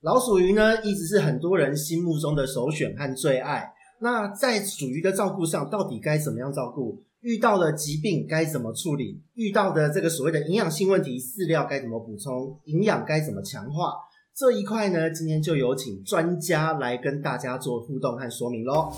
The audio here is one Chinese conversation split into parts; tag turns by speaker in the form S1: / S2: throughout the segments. S1: 老鼠鱼呢，一直是很多人心目中的首选和最爱。那在鼠鱼的照顾上，到底该怎么样照顾？遇到了疾病该怎么处理？遇到的这个所谓的营养性问题，饲料该怎么补充？营养该怎么强化？这一块呢，今天就有请专家来跟大家做互动和说明喽。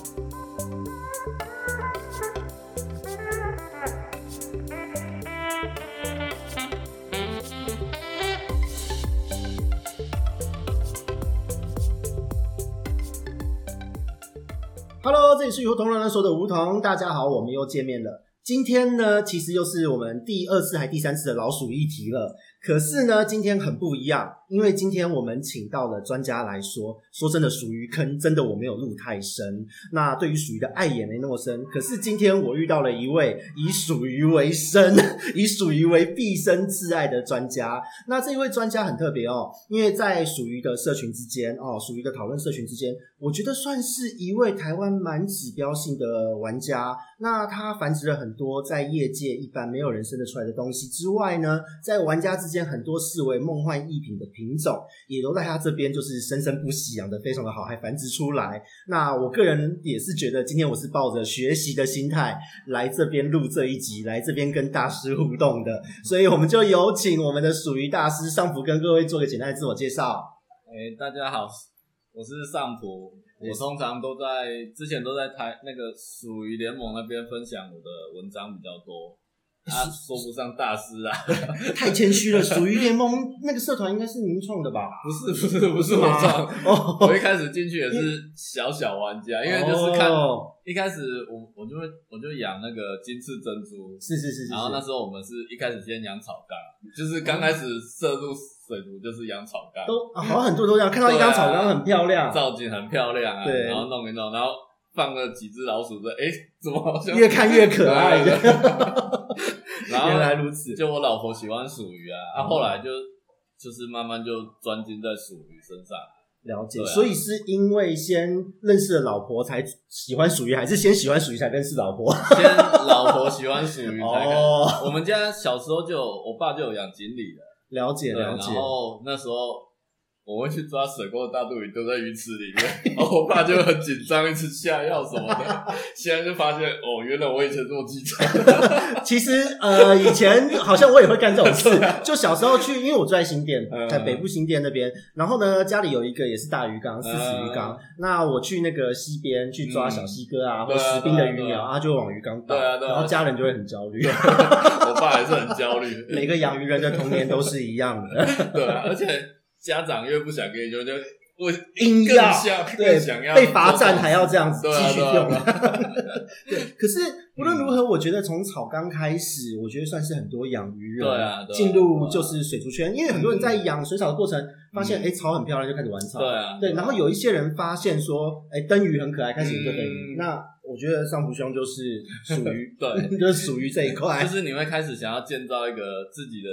S1: Hello，这里是梧桐人人说的梧桐，大家好，我们又见面了。今天呢，其实又是我们第二次还第三次的老鼠议题了。可是呢，今天很不一样，因为今天我们请到了专家来说。说真的，属于坑真的我没有入太深，那对于属于的爱也没那么深。可是今天我遇到了一位以属于为生、 以属于为毕生挚爱的专家。那这一位专家很特别哦，因为在属于的社群之间哦，属于的讨论社群之间，我觉得算是一位台湾蛮指标性的玩家。那他繁殖了很多在业界一般没有人生得出来的东西之外呢，在玩家之间很多视为梦幻逸品的品种，也都在他这边就是生生不息，养得非常的好，还繁殖出来。那我个人也是觉得，今天我是抱着学习的心态来这边录这一集，来这边跟大师互动的，所以我们就有请我们的属于大师上普跟各位做个简单的自我介绍。
S2: 哎、大家好，我是上普，我
S1: 哎
S2: 通常都在之前都在台那个属于联盟那边分享我的文章比较多， 啊，说不上大师啊，
S1: 太谦虚了，属于联盟那个社团应该是您创的吧？
S2: 不是不是不是我创，
S1: 哦，
S2: 我一开始进去也是小小玩家，因为就是看、
S1: 哦
S2: 一开始我我就会我就养那个金翅珍珠，
S1: 是是是是是，
S2: 然后那时候我们是一开始先养草缸，就是刚开始摄入水族就是养草缸，
S1: 都、啊好像很多都这样，看到一张草缸很漂亮，
S2: 造景很漂亮啊，
S1: 啊对
S2: 然后弄一弄，然后放了几只老鼠的，哎，怎么好像
S1: 越看越可爱。
S2: 对啊对对然后
S1: 原来如此，
S2: 就我老婆喜欢鼠鱼啊，啊，
S1: 嗯
S2: 后来就就是慢慢就专精在鼠鱼身上，
S1: 了解。
S2: 对啊
S1: 所以是因为先认识了老婆才喜欢属于，还是先喜欢属于才认识老婆？
S2: 先老婆喜欢鼠鱼才敢。
S1: 哦，
S2: 我们家小时候就有，我爸就有养锦鲤的，
S1: 了解
S2: 对，
S1: 了
S2: 然
S1: 解。
S2: 后那时候。我会去抓水沟的大肚鱼，丢在鱼池里 面，然后我爸就很紧张，一直下药什么的。现在就发现，哦，原来我以前做鸡场，
S1: 其实呃，以前好像我也会干这种 事。就小时候去，因为我住在新店，
S2: 啊嗯
S1: 在北部新店那边。然后呢，家里有一个也是大鱼
S2: 嗯
S1: 缸，四尺鱼缸。那我去那个溪边去抓小溪哥啊，
S2: 嗯
S1: 或
S2: 对啊
S1: 石冰的
S2: 对啊
S1: 鱼
S2: 对啊
S1: 苗啊，就会往鱼缸倒。
S2: 对啊对啊
S1: 然后家人就会很焦 虑。
S2: 我爸还是很焦虑。
S1: 每个养鱼人的童年都是一样的。
S2: 对啊，而且家长越不想给你就就我
S1: 硬
S2: 更
S1: 要
S2: 想
S1: 对
S2: 更想要
S1: 被罚站还要这样子
S2: 对
S1: 继
S2: 啊
S1: 续
S2: 对
S1: 用。
S2: 啊， 嗯
S1: 可是无论如何，我觉得从草缸开始，我觉得算是很多养鱼人
S2: 对啊对啊嗯
S1: 进入就是水族圈，因为很多人在养水草的过程，发现哎草很漂亮就开始玩草，
S2: 对啊，
S1: 对，然后有一些人发现说哎灯鱼很可爱，开始研究灯鱼。
S2: 嗯
S1: 那我觉得上福兄就是属 于
S2: 对，
S1: 就是属于这一块
S2: 就，是你会开始想要建造一个自己的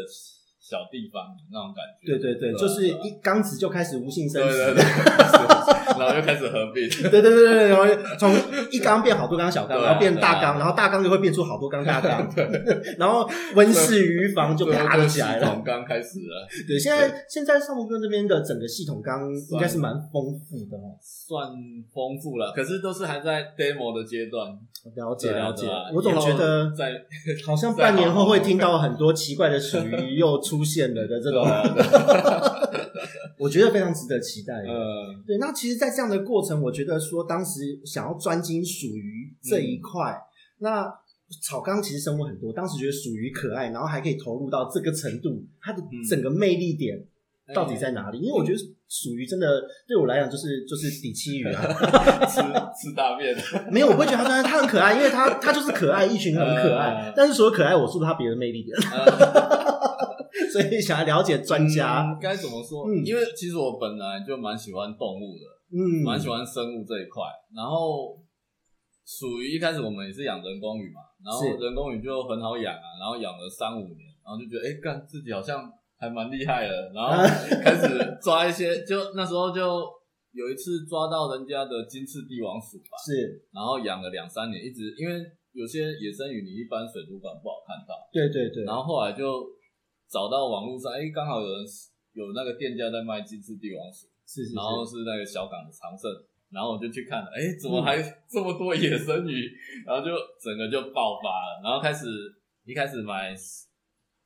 S2: 小地方那种感觉。
S1: 对对对，
S2: 啊
S1: 就是
S2: 对啊
S1: 一缸子就开始无性
S2: 对
S1: 生殖
S2: 对对，。是然后又开始合并。
S1: 对对对对，对然后从一缸变好多缸小缸，
S2: 对啊
S1: 然后变大
S2: 对
S1: 缸，
S2: 啊
S1: 然后大缸就会变出好多缸大 缸， 然后温室鱼房就啪就起来
S2: 系
S1: 了
S2: 统。刚开始了，
S1: 对，现在现在上木哥这边的整个系统缸应该是蛮丰富的哦。
S2: 算丰富了，可是都是还在 demo 的阶段。
S1: 了解
S2: 对啊
S1: 了解
S2: 对啊，
S1: 我总觉
S2: 以
S1: 得
S2: 后在
S1: 好像半
S2: 啊
S1: 年后会听到很多奇怪的属于又出现了的这种
S2: 对，啊对啊
S1: 我觉得非常值得期待。哦
S2: 嗯
S1: 对，那其实，在这样的过程，我觉得说当时想要专精属于这
S2: 嗯
S1: 一块，那草缸其实生活很多，当时觉得属于可爱，然后还可以投入到这个程度，它的
S2: 嗯哎
S1: 整个魅力点 到底在哪里？因为我觉得属于真的对我来讲就是就是底气鱼啊，
S2: 嗯哎吃吃大便？
S1: 没有，我不会觉得它它它很可爱，因为它它就是可爱，一群很可爱
S2: 呃，
S1: 但是所有可爱我说不出它别的魅力点，
S2: 嗯
S1: 所以想要了解专家，
S2: 嗯该、怎么说？
S1: 嗯
S2: 因为其实我本来就蛮喜欢动物的，
S1: 嗯，
S2: 蛮喜欢生物这一块。然后属于一开始我们也是养人工鱼嘛，然后
S1: 是
S2: 人工鱼就很好养啊，然后养了三五年，然后就 觉得哎，诶干、自己好像还蛮厉害的，然后
S1: 啊
S2: 开始抓一些，就那时候就有一次抓到人家的金翅帝王鼠吧，
S1: 是，
S2: 然后养了两三年，一直因为有些野生鱼你一般水族馆不好看到。
S1: 对对对，
S2: 然后后来就找到网络上，哎，刚好有人有那个店家在卖金翅帝王鼠，
S1: 是是
S2: 然后是那个小港的长盛，然后我就去看了，哎，怎
S1: 嗯
S2: 么还这么多野生鱼？然后就整个就爆发了，然后开始一开始买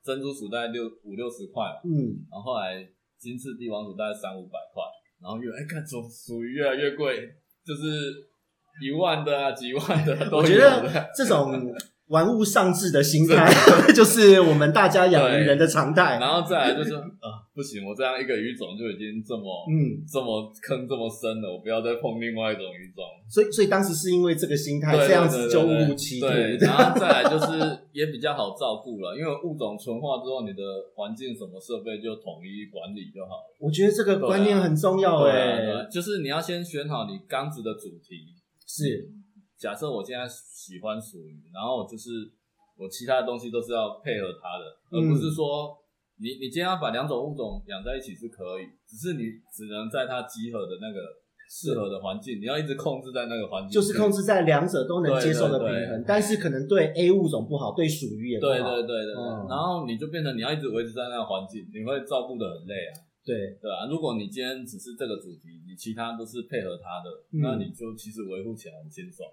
S2: 珍珠鼠大概六五六十块嘛，
S1: 嗯，
S2: 然后后来金翅帝王鼠大概三五百块，然后越哎看总属于越来越贵，就是一万的啊，几万的都
S1: 我觉
S2: 有
S1: 得
S2: 的。
S1: 这种玩物丧志的心 态，就是我们大家养鱼人的常态。
S2: 然后再来就是，呃，不行，我这样一个鱼种就已经这么、
S1: 嗯，
S2: 这么坑这么深了，我不要再碰另外一种鱼种。
S1: 所以所以当时是因为这个心态，
S2: 对
S1: 哎这样子就误入歧途。
S2: 对，然后再来就是也比较好照顾了，因为物种纯化之后，你的环境什么设备就统一管理就好了。
S1: 我觉得这个观念很重要
S2: 啊
S1: 哎、
S2: 啊就是你要先选好你缸子的主题。
S1: 是
S2: 假设我现在喜欢属鱼，然后我就是我其他的东西都是要配合它的，而
S1: 嗯
S2: 不是说你你今天要把两种物种养在一起是可以，只是你只能在它集合的那个适合的环境，你要一直控制在那个环境，
S1: 就是控。制在两者都能接受的平衡，
S2: 对对对
S1: 但是可能对 A 物种不好，对属鱼也不好。
S2: 对对对对对，
S1: 嗯
S2: 然后你就变成你要一直维持在那个环境，你会照顾的很累啊，
S1: 对
S2: 对啊，如果你今天只是这个主题，你其他都是配合它的，
S1: 嗯
S2: 那你就其实维护起来很轻松。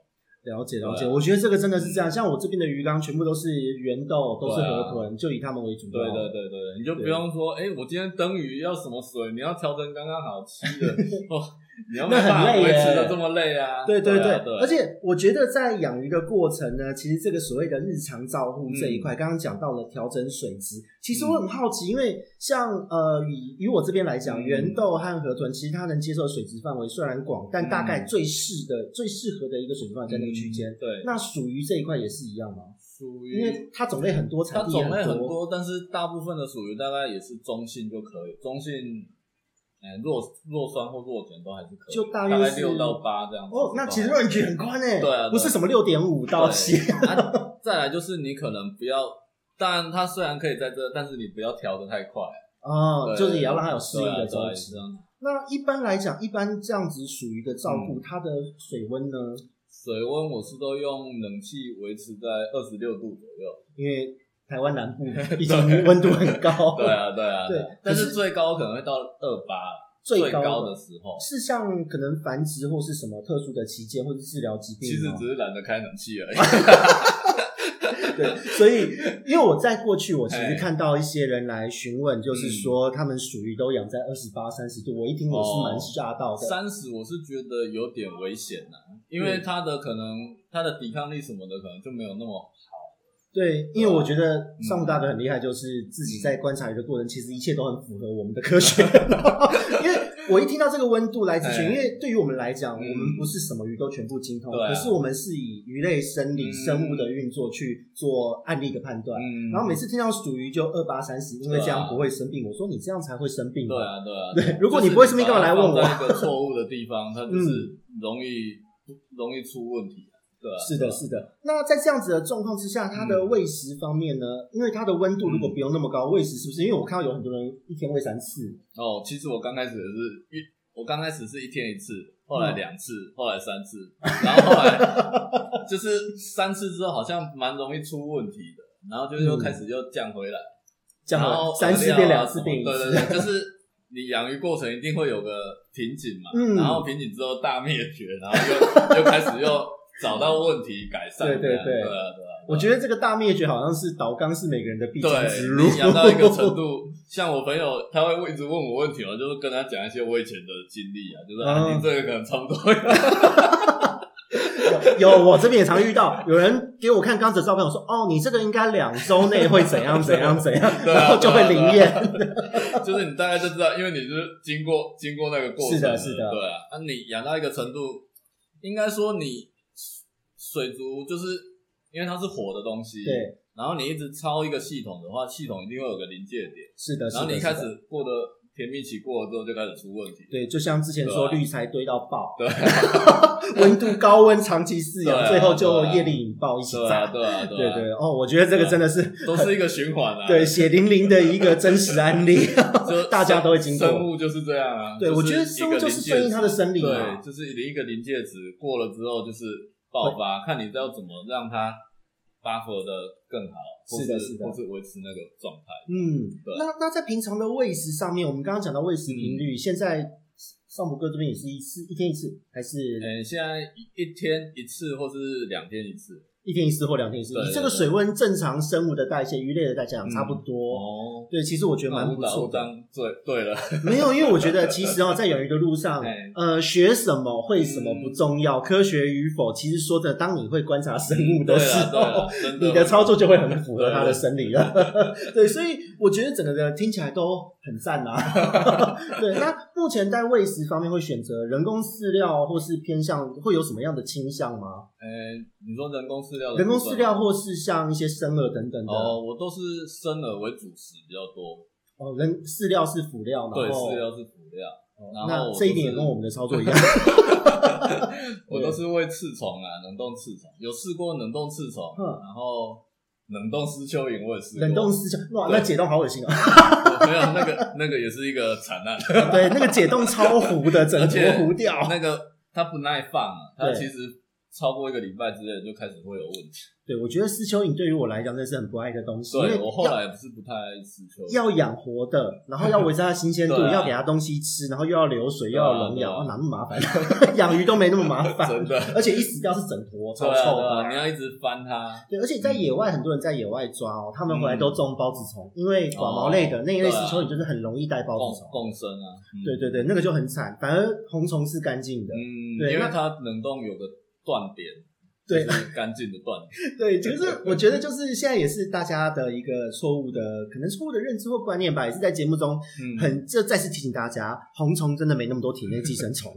S1: 了解了解。
S2: 对啊
S1: 我觉得这个真的是这样，像我这边的鱼缸全部都是圆豆，都是
S2: 对
S1: 河
S2: 啊
S1: 豚，就以它们为主。
S2: 对对。对对，你就不用说，哎、我今天灯鱼要什么水，你要调成刚刚好七 的哦，你要没办
S1: 那
S2: 法
S1: 很累
S2: 维
S1: 耶
S2: 持的这么累啊？
S1: 对
S2: 对
S1: 对
S2: 啊对，
S1: 而且我觉得在养鱼的过程呢，其实这个所谓的日常照
S2: 嗯
S1: 护这一块，刚刚讲到了调整水质，其实我很好奇，因为像呃以以我这边来讲，
S2: 嗯
S1: 圆豆和河豚，其实它能接受的水质范围虽然广，但大概
S2: 嗯
S1: 最适的、最适合的一个水质范围在那个区间
S2: 嗯。对，
S1: 那属于这一块也是一样吗？
S2: 属
S1: 因
S2: 于
S1: 为它种类很多，
S2: 它
S1: 产地也
S2: 种类很
S1: 多，
S2: 多，但是大部分的属于大概也是中性就可以，中性，哎、弱弱酸或弱碱都还是可以，
S1: 就大
S2: 大
S1: 约
S2: 概
S1: 是
S2: 六到八这样子。
S1: 哦，那其实 range 很宽诶，
S2: 对啊对啊
S1: 不是什么六点五到七，
S2: 啊再来就是你可能不要，但它虽然可以在这，但是你不要调的太快，
S1: 哦，
S2: 对
S1: 就是也要让它有适应的
S2: 对啊对啊
S1: 周
S2: 也
S1: 期
S2: 是这。样
S1: 那一般来讲，一般这样子属于的照顾，
S2: 嗯
S1: 它的水温呢？
S2: 水温我是都用冷气维持在二十六度左右。
S1: 因为台湾南 部毕竟温度很高，
S2: 对，啊，对啊，
S1: 对
S2: 啊
S1: 可
S2: 但
S1: 是
S2: 是最高可能会到二八，
S1: 最
S2: 高
S1: 高
S2: 的时候。
S1: 是像可能繁殖或是什么特殊的期间，或是治疗疾病哦
S2: 其
S1: 吗。
S2: 实只是懒得开冷气而已。
S1: 对，所以因为我在过去，我其实
S2: 哎
S1: 看到一些人来询问，就是
S2: 嗯
S1: 说他们属于都养在二十八、三十度，我一听我是蛮
S2: 哦
S1: 吓到的。
S2: 三十我是觉得有点危险呐、因为
S1: 对
S2: 它的可能它的抵抗力什么的可能就没有那么
S1: 对，因为我觉得
S2: 嗯
S1: 上午大哥很厉害，就是自己在观察鱼的过程，其实一切都很符合我们的科 学。 因为我一听到这个温度来自全，
S2: 哎
S1: 因为对于我们来讲，我
S2: 嗯
S1: 们不是什么鱼都全部精通，
S2: 对啊
S1: 可是我们是以鱼类生理
S2: 嗯
S1: 生物的运作去做案例的判断。
S2: 嗯，啊
S1: 然后每次听到属鱼就二八三十，因为这样不会生病。我说你这样才会生病。
S2: 对，啊对啊，
S1: 对如果你不会生病干嘛来问我嗯
S2: 就是你把它放在一个错误的地方，它就是容易容易出问题啊、对啊，
S1: 是的，是的。那在这样子的状况之下，它的
S2: 嗯
S1: 喂食方面呢，因为它的温度如果不用那么高，喂食是不是？因为我看到有很多人一天喂三次，
S2: 哦，其实我刚开始也是一，我刚开始是一天一次，后
S1: 嗯
S2: 来两次，后来三次，然后后来 就是三次之后好像蛮容易出问题的，然后
S1: 嗯
S2: 就又开始又降回来，
S1: 这样
S2: 然后
S1: 好三次
S2: 饵料啊
S1: 变两次
S2: 什么
S1: 变一
S2: 对对
S1: 次。
S2: 对，就是。你养鱼过程一定会有个瓶颈嘛，
S1: 嗯
S2: 然后瓶颈之后大灭绝，然后又又开始又找到问题改善这
S1: 对
S2: 样，
S1: 对对
S2: 对啊对啊
S1: 我觉得这个大灭绝好像是倒缸是每个人的必经之
S2: 对，
S1: 路。
S2: 你养到一个程度，像我朋友，他会一直问我问题，我就是跟他讲一些我以前的经历啊，就是、啊
S1: 嗯
S2: 你这个可能差 不多，
S1: 有，我这边也常遇到，有人给我看刚子的照片，我说哦，你这个应该两周内会怎样怎样怎样，
S2: 对啊啊
S1: 然后就会灵验。
S2: 就是你大概就知道，因为你是经过经过那个过程，
S1: 是的是的
S2: 对啊，那、你养到一个程度，应该说你水族就是因为它是活的东西，，
S1: 对，
S2: 然后你一直超一个系统的话，系统一定会有个临界点，
S1: 是的，是的。
S2: 然后你一
S1: 是的
S2: 开始过得甜蜜期过了之后，就开始出 问题，
S1: 对，就像之前说
S2: 对啊
S1: 滤材堆到爆，
S2: 对啊。
S1: 温度高温长期饲
S2: 对
S1: 养，
S2: 啊
S1: 最后就
S2: 对啊
S1: 夜里引爆一起
S2: 对啊，
S1: 炸。
S2: 对啊，
S1: 对
S2: 啊，
S1: 对，哦，我觉得这个真的是
S2: 都是一个循环 啊。
S1: 对血淋淋的一个真实案例。
S2: 就
S1: 大家都会经过
S2: 生物就是这样啊。
S1: 对，
S2: 就是
S1: 我觉得生物就是顺应它的生
S2: 一
S1: 理
S2: 个临界值
S1: 嘛
S2: 对，。就是你一个临界值过了之后，就是爆发，看你要怎么让它 buffer 的更好，或
S1: 是的是的
S2: 或是维持那个状态。
S1: 嗯
S2: 对，嗯
S1: 那那在平常的喂食上面，我们刚刚讲到喂食频率，现在上普哥这边也是一次一天一次，还是
S2: 嗯，现在一一天一次或是两天一次。
S1: 一天一次或两天一次？
S2: 对
S1: 以
S2: 对
S1: 这个水温正常生物的代谢、鱼类的代谢量
S2: 嗯
S1: 差不多。
S2: 哦，
S1: 对，其实我觉得
S2: 那
S1: 蛮
S2: 误
S1: 不
S2: 打
S1: 错
S2: 误
S1: 的。
S2: 当对对 了，
S1: 没有，因为我觉得其实哦，在养鱼的路上
S2: 哎，嗯
S1: 呃，学什么会什么不重要，科学与否，其实说真的，当你会观察生物
S2: 嗯对
S1: 的时
S2: 了对
S1: 候
S2: 了，，真
S1: 哦你的
S2: 的
S1: 操作就会很符合它的生理了。对， 所以我觉得整个的听起来都很赞啊。 对，那目前在喂食方面会选择人工饲料，或是偏向会有什么样的倾向吗？
S2: 呃，你说人工饲料的部分，
S1: 人工饲料或是像一些生饵等等的
S2: 哦，我都是生饵为主食比较多，
S1: 哦，人饲料是辅料，
S2: 对，
S1: 然后哦
S2: 饲料是辅料，然后
S1: 那
S2: 我
S1: 这一
S2: 就
S1: 点也
S2: 是
S1: 跟我们的操作一 样。
S2: 我都是喂刺虫啊，冷冻刺虫，有试过冷冻刺虫，
S1: 嗯
S2: 然后冷冻丝蚯蚓我也试过，
S1: 冷冻饲料， 哇，
S2: 对
S1: 那解冻好恶心啊！
S2: 没有那个那个也是一个惨案，
S1: 对，那个解冻超糊的，整
S2: 而
S1: 坨
S2: 且
S1: 糊 掉。
S2: 那个它不耐放啊，它
S1: 对
S2: 其实超过一个礼拜之内就开始会有问题。
S1: 对，我觉得丝蚯蚓对于我来讲真的是很不爱的东西，因为
S2: 对我后
S1: 要
S2: 来不是不太爱吃蚯蚓，
S1: 要养活的，然后要维持它的新鲜度，
S2: 对啊
S1: 要给它东西吃，然后又要流水，又
S2: 对啊
S1: 要笼养，
S2: 对啊
S1: 哦哪那么麻烦？ 养鱼都没那么麻烦，
S2: 真的，
S1: 而且一死掉是整坨，
S2: 对
S1: 超
S2: 啊
S1: 臭
S2: 对啊，你
S1: 的。
S2: 要一直翻它，
S1: 对，而且在野外，很多人在野外抓哦，他们回来都种孢子
S2: 嗯
S1: 虫，因为寡毛类的那一类
S2: 对
S1: 丝
S2: 啊
S1: 蚯蚓就是很容易带孢
S2: 共
S1: 子虫。
S2: 共生啊，嗯
S1: 对对，对，那个就很惨，反而红虫是干净的。
S2: 嗯，
S1: 对
S2: 因为
S1: 那
S2: 它冷冻有个断点，
S1: 对
S2: 就是干净的 断点，
S1: 对，就是我觉得就是现在也是大家的一个错误的，可能错误的认知或观念吧，也是在节目中
S2: 嗯，
S1: 很这再次提醒大家，红虫真的没那么多体内寄生 虫，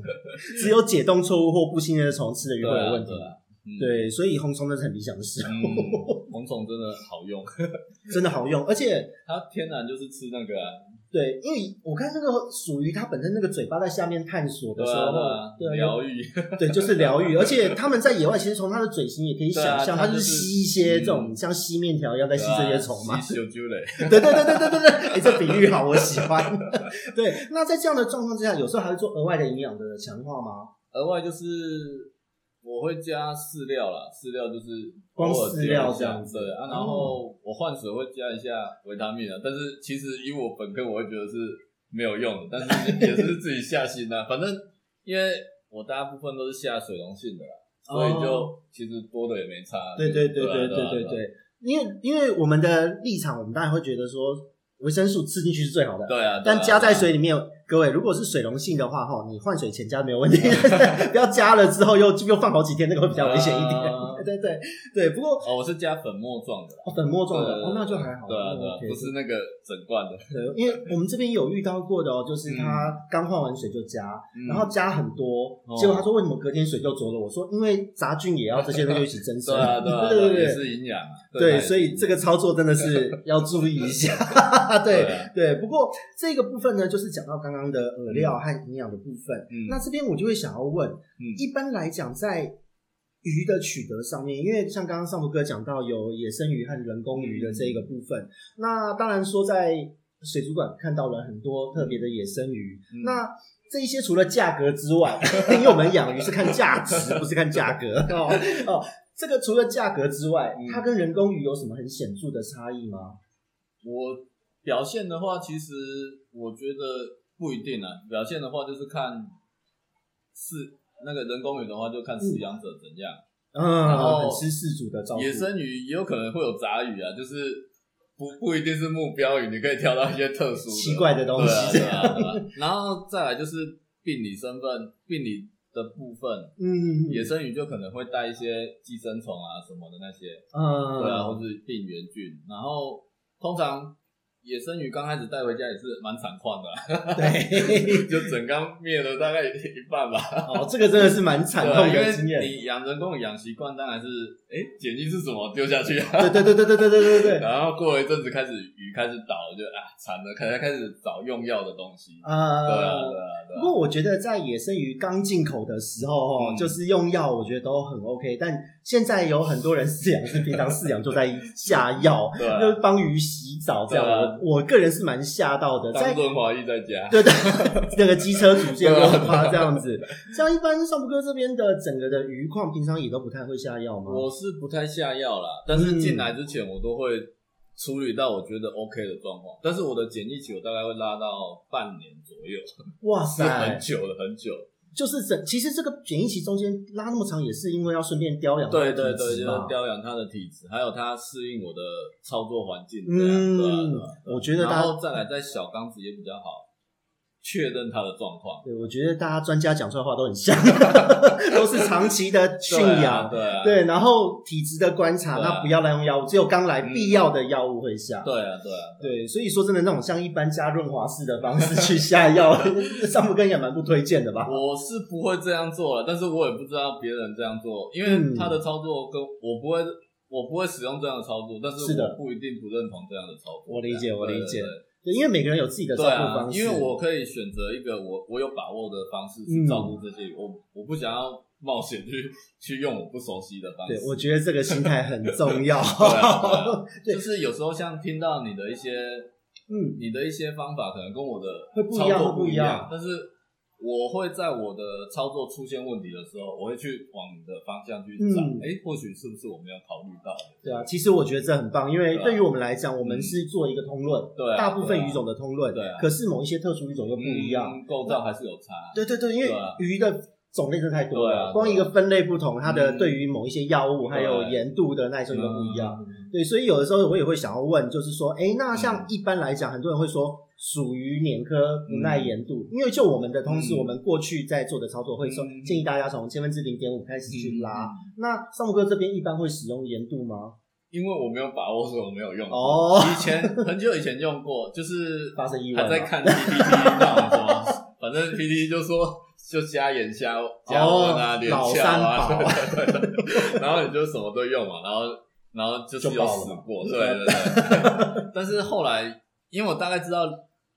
S1: 只有解冻错误或不信任的虫吃的鱼
S2: 对
S1: 会
S2: 啊
S1: 有问题。
S2: 对啊嗯
S1: 对，所以红虫真的是很理想的 食
S2: 嗯
S1: 物，，
S2: 红虫真的好用，
S1: 真的好用。而且，
S2: 它天然就是吃那个啊，
S1: 对，因为我看那个属于它本身那个嘴巴在下面探索的时
S2: 对
S1: 候，
S2: 啊，对啊
S1: 对
S2: 疗愈，
S1: 对，就是疗愈。而且他们在野外，其实从它的嘴型也可以想象，
S2: 对啊它
S1: 它就
S2: 就是是
S1: 吸一些这种像吸面条一样在吸这些虫嘛。
S2: 啊吸啾嘞，
S1: 对对对对对对对，哎、这比喻好，我喜欢。 对，那在这样的状况之下，有时候还会做额外的营养的强化吗？
S2: 额外就是我会加饲料啦，饲料就是
S1: 光
S2: 偶尔
S1: 饲料
S2: 丢一下
S1: 这样子哦
S2: 对啊，然后我换水会加一下维他命啊，但是其实以我本科我会觉得是没有用的，但是也是自己下心啊，反正因为我大部分都是下水溶性的啦，所以就其实多的也没差，
S1: 哦对对对
S2: 啊
S1: 对
S2: 对啊
S1: 对对
S2: 啊
S1: 对，因为因为我们的立场，我们当然会觉得说维生素吃进去是最好的，
S2: 对啊，
S1: 但加在水
S2: 里，
S1: 里面，各位如果是水溶性的话，哈，你换水前加没有 问题，不要加了之后又又放好几天，那个会比较危险一点
S2: 啊。
S1: 对对对对，不过。
S2: 哦，我是加粉末状的啦，
S1: 哦粉末状的
S2: 对
S1: 哦，那就还好。
S2: 对啊
S1: 那
S2: 对啊
S1: OK，嗯
S2: 不是那个整罐的，
S1: 对，因为我们这边有遇到过的哦，就是他刚换完水就加，
S2: 嗯
S1: 然后加很多
S2: 哦，
S1: 结果他说为什么隔天水就浊了？我说因为杂菌也要这些东西一起增生。
S2: 对啊对 啊，
S1: 对对对，
S2: 也是营养啊，
S1: 对，
S2: 啊
S1: 所以这个操作真的 是要注意一 下。
S2: 对
S1: 对
S2: 啊
S1: 对，不过这个部分呢，就是讲到刚刚的饵料和营养的部分。
S2: 嗯
S1: 那这边我就会想要问，
S2: 嗯
S1: 一般来讲，在鱼的取得上面，因为像刚刚上福哥讲到有野生鱼和人工鱼的这一个部分，那当然说在水族馆看到了很多特别的野生鱼，
S2: 嗯
S1: 那。这一些除了价格之 外，因为我们养鱼是看价值，不是看价格哦 哦。这个除了价格之外，
S2: 嗯
S1: 它跟人工鱼有什么很显著的差异吗？
S2: 我表现的话，其实我觉得不一定啊。表现的话就是看饲那个人工鱼的话，就看饲养者怎样。然
S1: 嗯，
S2: 后
S1: 很吃事主的嗯照顾。
S2: 野生哦鱼也有可能会有杂鱼啊，就是不不一定是目标鱼，你可以挑到一些特殊的
S1: 奇怪的东西
S2: 对啊对啊对啊然后再来就是病理身份、病理的部分，
S1: 嗯，
S2: 野生鱼就可能会带一些寄生虫啊什么的那些。
S1: 嗯，
S2: 对啊，或是病原菌。然后通常野生鱼刚开始带回家也是蛮惨况 的啊，
S1: 对
S2: 就整缸灭了大概一半吧。
S1: 哦，这个真的是蛮惨
S2: 对
S1: 痛
S2: 啊，因
S1: 的经
S2: 为
S1: 验。
S2: 你养人工养习惯，当然是哎，碱基是什么丢下去啊。
S1: 对对对对对对对对对对。
S2: 然后过了一阵子，开始鱼开始倒了，就啊惨了，开始开始找用药的东西。对啊，对
S1: 啊。
S2: 啊，对
S1: 不
S2: 啊。
S1: 过我觉得在野生鱼刚进口的时候，哦，
S2: 嗯
S1: 就是用药，我觉得都很 OK。但现在有很多人饲养是平常饲养就在下药，
S2: 对啊
S1: 就是帮鱼洗澡这样。
S2: 对啊
S1: 我我个人是蛮吓到 的，在
S2: 当润滑液在家，
S1: 对对，那个机车主线都很怕这样 子。像一般上普哥这边的整个的鱼况，平常也都不太会下药吗？
S2: 我是不太下药啦，但是进来之前我都会处理到我觉得 OK 的状况，但是我的检疫期我大概会拉到半年左右，
S1: 哇
S2: 是很
S1: 塞，
S2: 久了，很久了。
S1: 就是整其实这个检疫期中间拉那么长，也是因为要顺便雕养它
S2: 对
S1: 的哦
S2: 对
S1: 体
S2: 对，啊就是
S1: 质嘛
S2: 调养他的体质，还有他适应我的操作环境这样，对啊
S1: 嗯
S2: 对啊，
S1: 我觉得
S2: 然
S1: 大家
S2: 后再来在小缸子也比较好确认他的状况，
S1: 对，我觉得大家专家讲出来的话都很像， 都是长期的驯
S2: 对啊
S1: 养，
S2: 对啊，
S1: 对，然后体质的观察，
S2: 对啊
S1: 那不要滥用药物，只有刚来
S2: 嗯
S1: 必要的药物会下。
S2: 对啊，对啊，
S1: 对，所以说真的那种像一般加润滑式的方式去下 药，
S2: 啊
S1: 上不根也蛮不推荐的 吧？
S2: 我是不会这样做了，但是我也不知道别人这样做，因为
S1: 嗯
S2: 他的操作跟我不会，我不会使用这样的操作，但
S1: 是
S2: 是
S1: 的
S2: 我不一定不认同这样的操作。
S1: 我理解
S2: 这样
S1: 我理
S2: 对对
S1: 解
S2: 对
S1: 对，因为每个人有自己的照
S2: 对
S1: 顾
S2: 啊
S1: 方，式。
S2: 因为我可以选择一个我我有把握的方式去照顾这些鱼，
S1: 嗯
S2: 我我不想要冒险去 去用我不熟悉的方式。
S1: 对，我觉得这个心态很重要。
S2: 对啊对啊
S1: 对
S2: 就是有时候像听到你的一些
S1: 嗯，
S2: 你的一些方法，可能跟我的
S1: 会不一
S2: 操
S1: 样
S2: 作
S1: 会
S2: 不
S1: 不一
S2: 样
S1: 样，
S2: 但是我会在我的操作出现问题的时候，我会去往你的方向去找，
S1: 嗯
S2: 哎、或许是不是我没有考虑到的？
S1: 对啊，其实我觉得这很棒，因为
S2: 对啊
S1: 对于我们来讲，我们是做一个通论，
S2: 对啊
S1: 大部
S2: 对
S1: 分
S2: 啊
S1: 鱼种的通论，
S2: 对啊
S1: 可是某一些特殊鱼种又不一样。
S2: 嗯，构造还是有差。
S1: 对对对，因为
S2: 对啊
S1: 鱼的种类真的太多
S2: 对啊对啊
S1: 了，光一个分类不同，它的
S2: 嗯
S1: 对于某一些药物还有
S2: 对
S1: 盐度的耐受力都不一样。
S2: 嗯
S1: 对，所以有的时候我也会想要问，就是说，哎，那
S2: 嗯
S1: 像一般来讲，很多人会说属于年科不耐盐度，因为就我们的同时，
S2: 嗯
S1: 我们过去在做的操作会说
S2: 嗯，
S1: 建议大家从千分之零点五开始去拉。
S2: 嗯
S1: 那尚木哥这边一般会使用盐度吗？
S2: 因为我没有把握，所以我没有用过。
S1: 哦
S2: 以前很久以前用过，就是
S1: 发生意外
S2: 还
S1: 吗
S2: 在看 PPT 那种什么，反正 PPT 就说就加盐加加温啊、
S1: 哦
S2: 连
S1: 老
S2: 翘啊，
S1: 三宝
S2: 对对对对，然后你就什么都用嘛，然后然后就是
S1: 就
S2: 有
S1: 爆了
S2: 死过，对对对。但是后来，因为我大概知道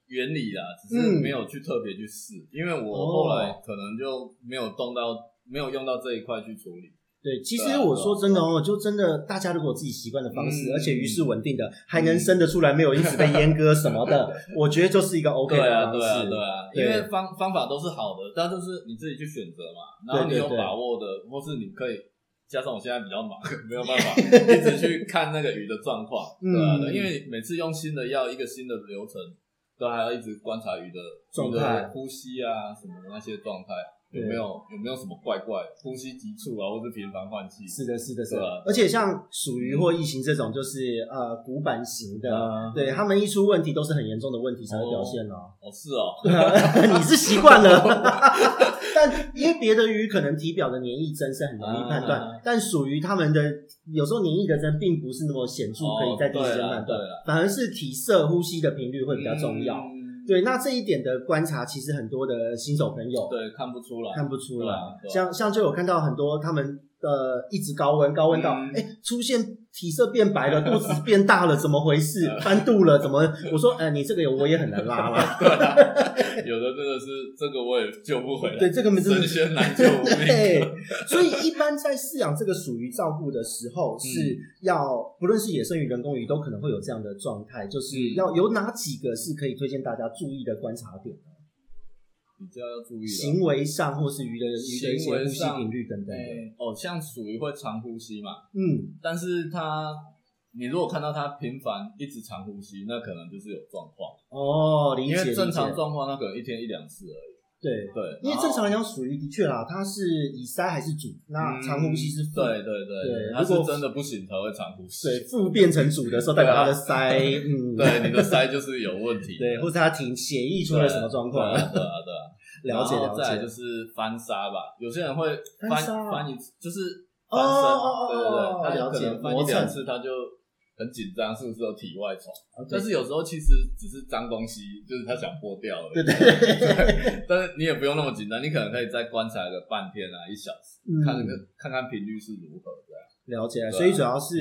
S2: 原理啦，只是
S1: 嗯
S2: 没有去特别去试，因为我
S1: 哦
S2: 后来可能就没有动到，没有用到这一块去处理。
S1: 对，其
S2: 对
S1: 实
S2: 啊
S1: 我说真的哦，就真的大家如果有自己习惯的方式，
S2: 嗯
S1: 而且鱼是稳定的，还能生得出来，没有因此被阉割什么 的，我觉得就是一个 OK
S2: 对
S1: 的
S2: 啊，
S1: 方
S2: 对
S1: 式。
S2: 啊，对啊，因
S1: 对
S2: 为方方法都是好的，但就是你自己去选择嘛，然后你
S1: 对对
S2: 有
S1: 对
S2: 把握的，或是你可以加上我现在比较忙， 没 有办法一直去看那个鱼的状况，对啊，
S1: 嗯
S2: 对因为每次用新的药，一个新的流程，都还要一直观察鱼的
S1: 状
S2: 鱼的
S1: 态
S2: 呼吸啊什么的那些状态。有
S1: 对
S2: 没有有没有什么怪怪呼吸急促啊，或是频繁换气？
S1: 是的，是的，是
S2: 对啊
S1: 的。而且像属于或异形这种，就是呃古板型的，
S2: 啊，
S1: 对他们一出问题都是很严重的问题才会表现哦。
S2: 哦是哦，
S1: 你是习惯了， 但因为别的鱼可能体表的粘液增是很容易判断，
S2: 啊
S1: 但属于他们的有时候粘液的增并不是那么显著，可以在第一时间判
S2: 哦
S1: 断，
S2: 对啦对啦
S1: 反而是体色、呼吸的频率会比较重要。
S2: 嗯
S1: 对，那这一点的观察，其实很多的新手朋友
S2: 对，看不出来，
S1: 看不出来。
S2: 对啊
S1: 像像就有看到很多他们呃一直高温，高温到
S2: 嗯
S1: 哎、诶出现体色变白 了，肚子变大了，怎么回事
S2: 嗯？
S1: 翻肚了？怎么？我说哎、呃你这个有我也很难拉啦。
S2: 对啊，有的真的是这个我也救不回来，
S1: 对，这个没真
S2: 神
S1: 的。
S2: 仙难救无
S1: 啊对
S2: 命。，
S1: 所以一般在饲养这个属于照顾的时候，是
S2: 嗯
S1: 要不论是野生鱼、人工鱼，都可能会有这样的状态，就是
S2: 嗯
S1: 要有哪几个是可以推荐大家注意的观察点？
S2: 比较要注意啊了。
S1: 行为上或是鱼的鱼的一些
S2: 行为
S1: 呼吸
S2: 上
S1: 频率等等的。
S2: 哎哦，像属于会长呼吸嘛，
S1: 嗯，
S2: 但是它你如果看到它频繁一直长呼吸，那可能就是有状况，
S1: 哦，理
S2: 因
S1: 解。
S2: 为正
S1: 理
S2: 常
S1: 解
S2: 状况它可能一天一两次而已。
S1: 对，
S2: 对，
S1: 因为
S2: 然后
S1: 正常来讲，属于的确啦，它是以鳃还是主，那
S2: 嗯
S1: 长呼吸是腹，
S2: 对对对，
S1: 对
S2: 它是
S1: 如果
S2: 真的不行才会长呼吸。
S1: 对，腹变成主的时候，代表它的鳃，嗯，
S2: 对，你的鳃就是有问题。
S1: 对，或是它体血液出了什么状况
S2: 对，啊对啊对啊。
S1: 了解
S2: 然
S1: 了
S2: 后再来
S1: 解，
S2: 就是翻沙吧，有些人会翻
S1: 翻沙
S2: 翻一次，就是
S1: 哦
S2: 翻身，
S1: 哦哦
S2: 对对
S1: 哦
S2: 对，他有
S1: 了
S2: 可
S1: 解
S2: 能翻一
S1: 磨蹭
S2: 两次他就很紧张，是不是有体外虫？
S1: 啊对
S2: 但是有时候其实只是脏东西，就是他想剥掉而已。
S1: 对对对，
S2: 但是你也不用那么紧张，你可能可以再观察个半天啊，一小时，看看
S1: 嗯，
S2: 看看频率是如何这样。
S1: 了解，
S2: 对啊
S1: 所以主要是。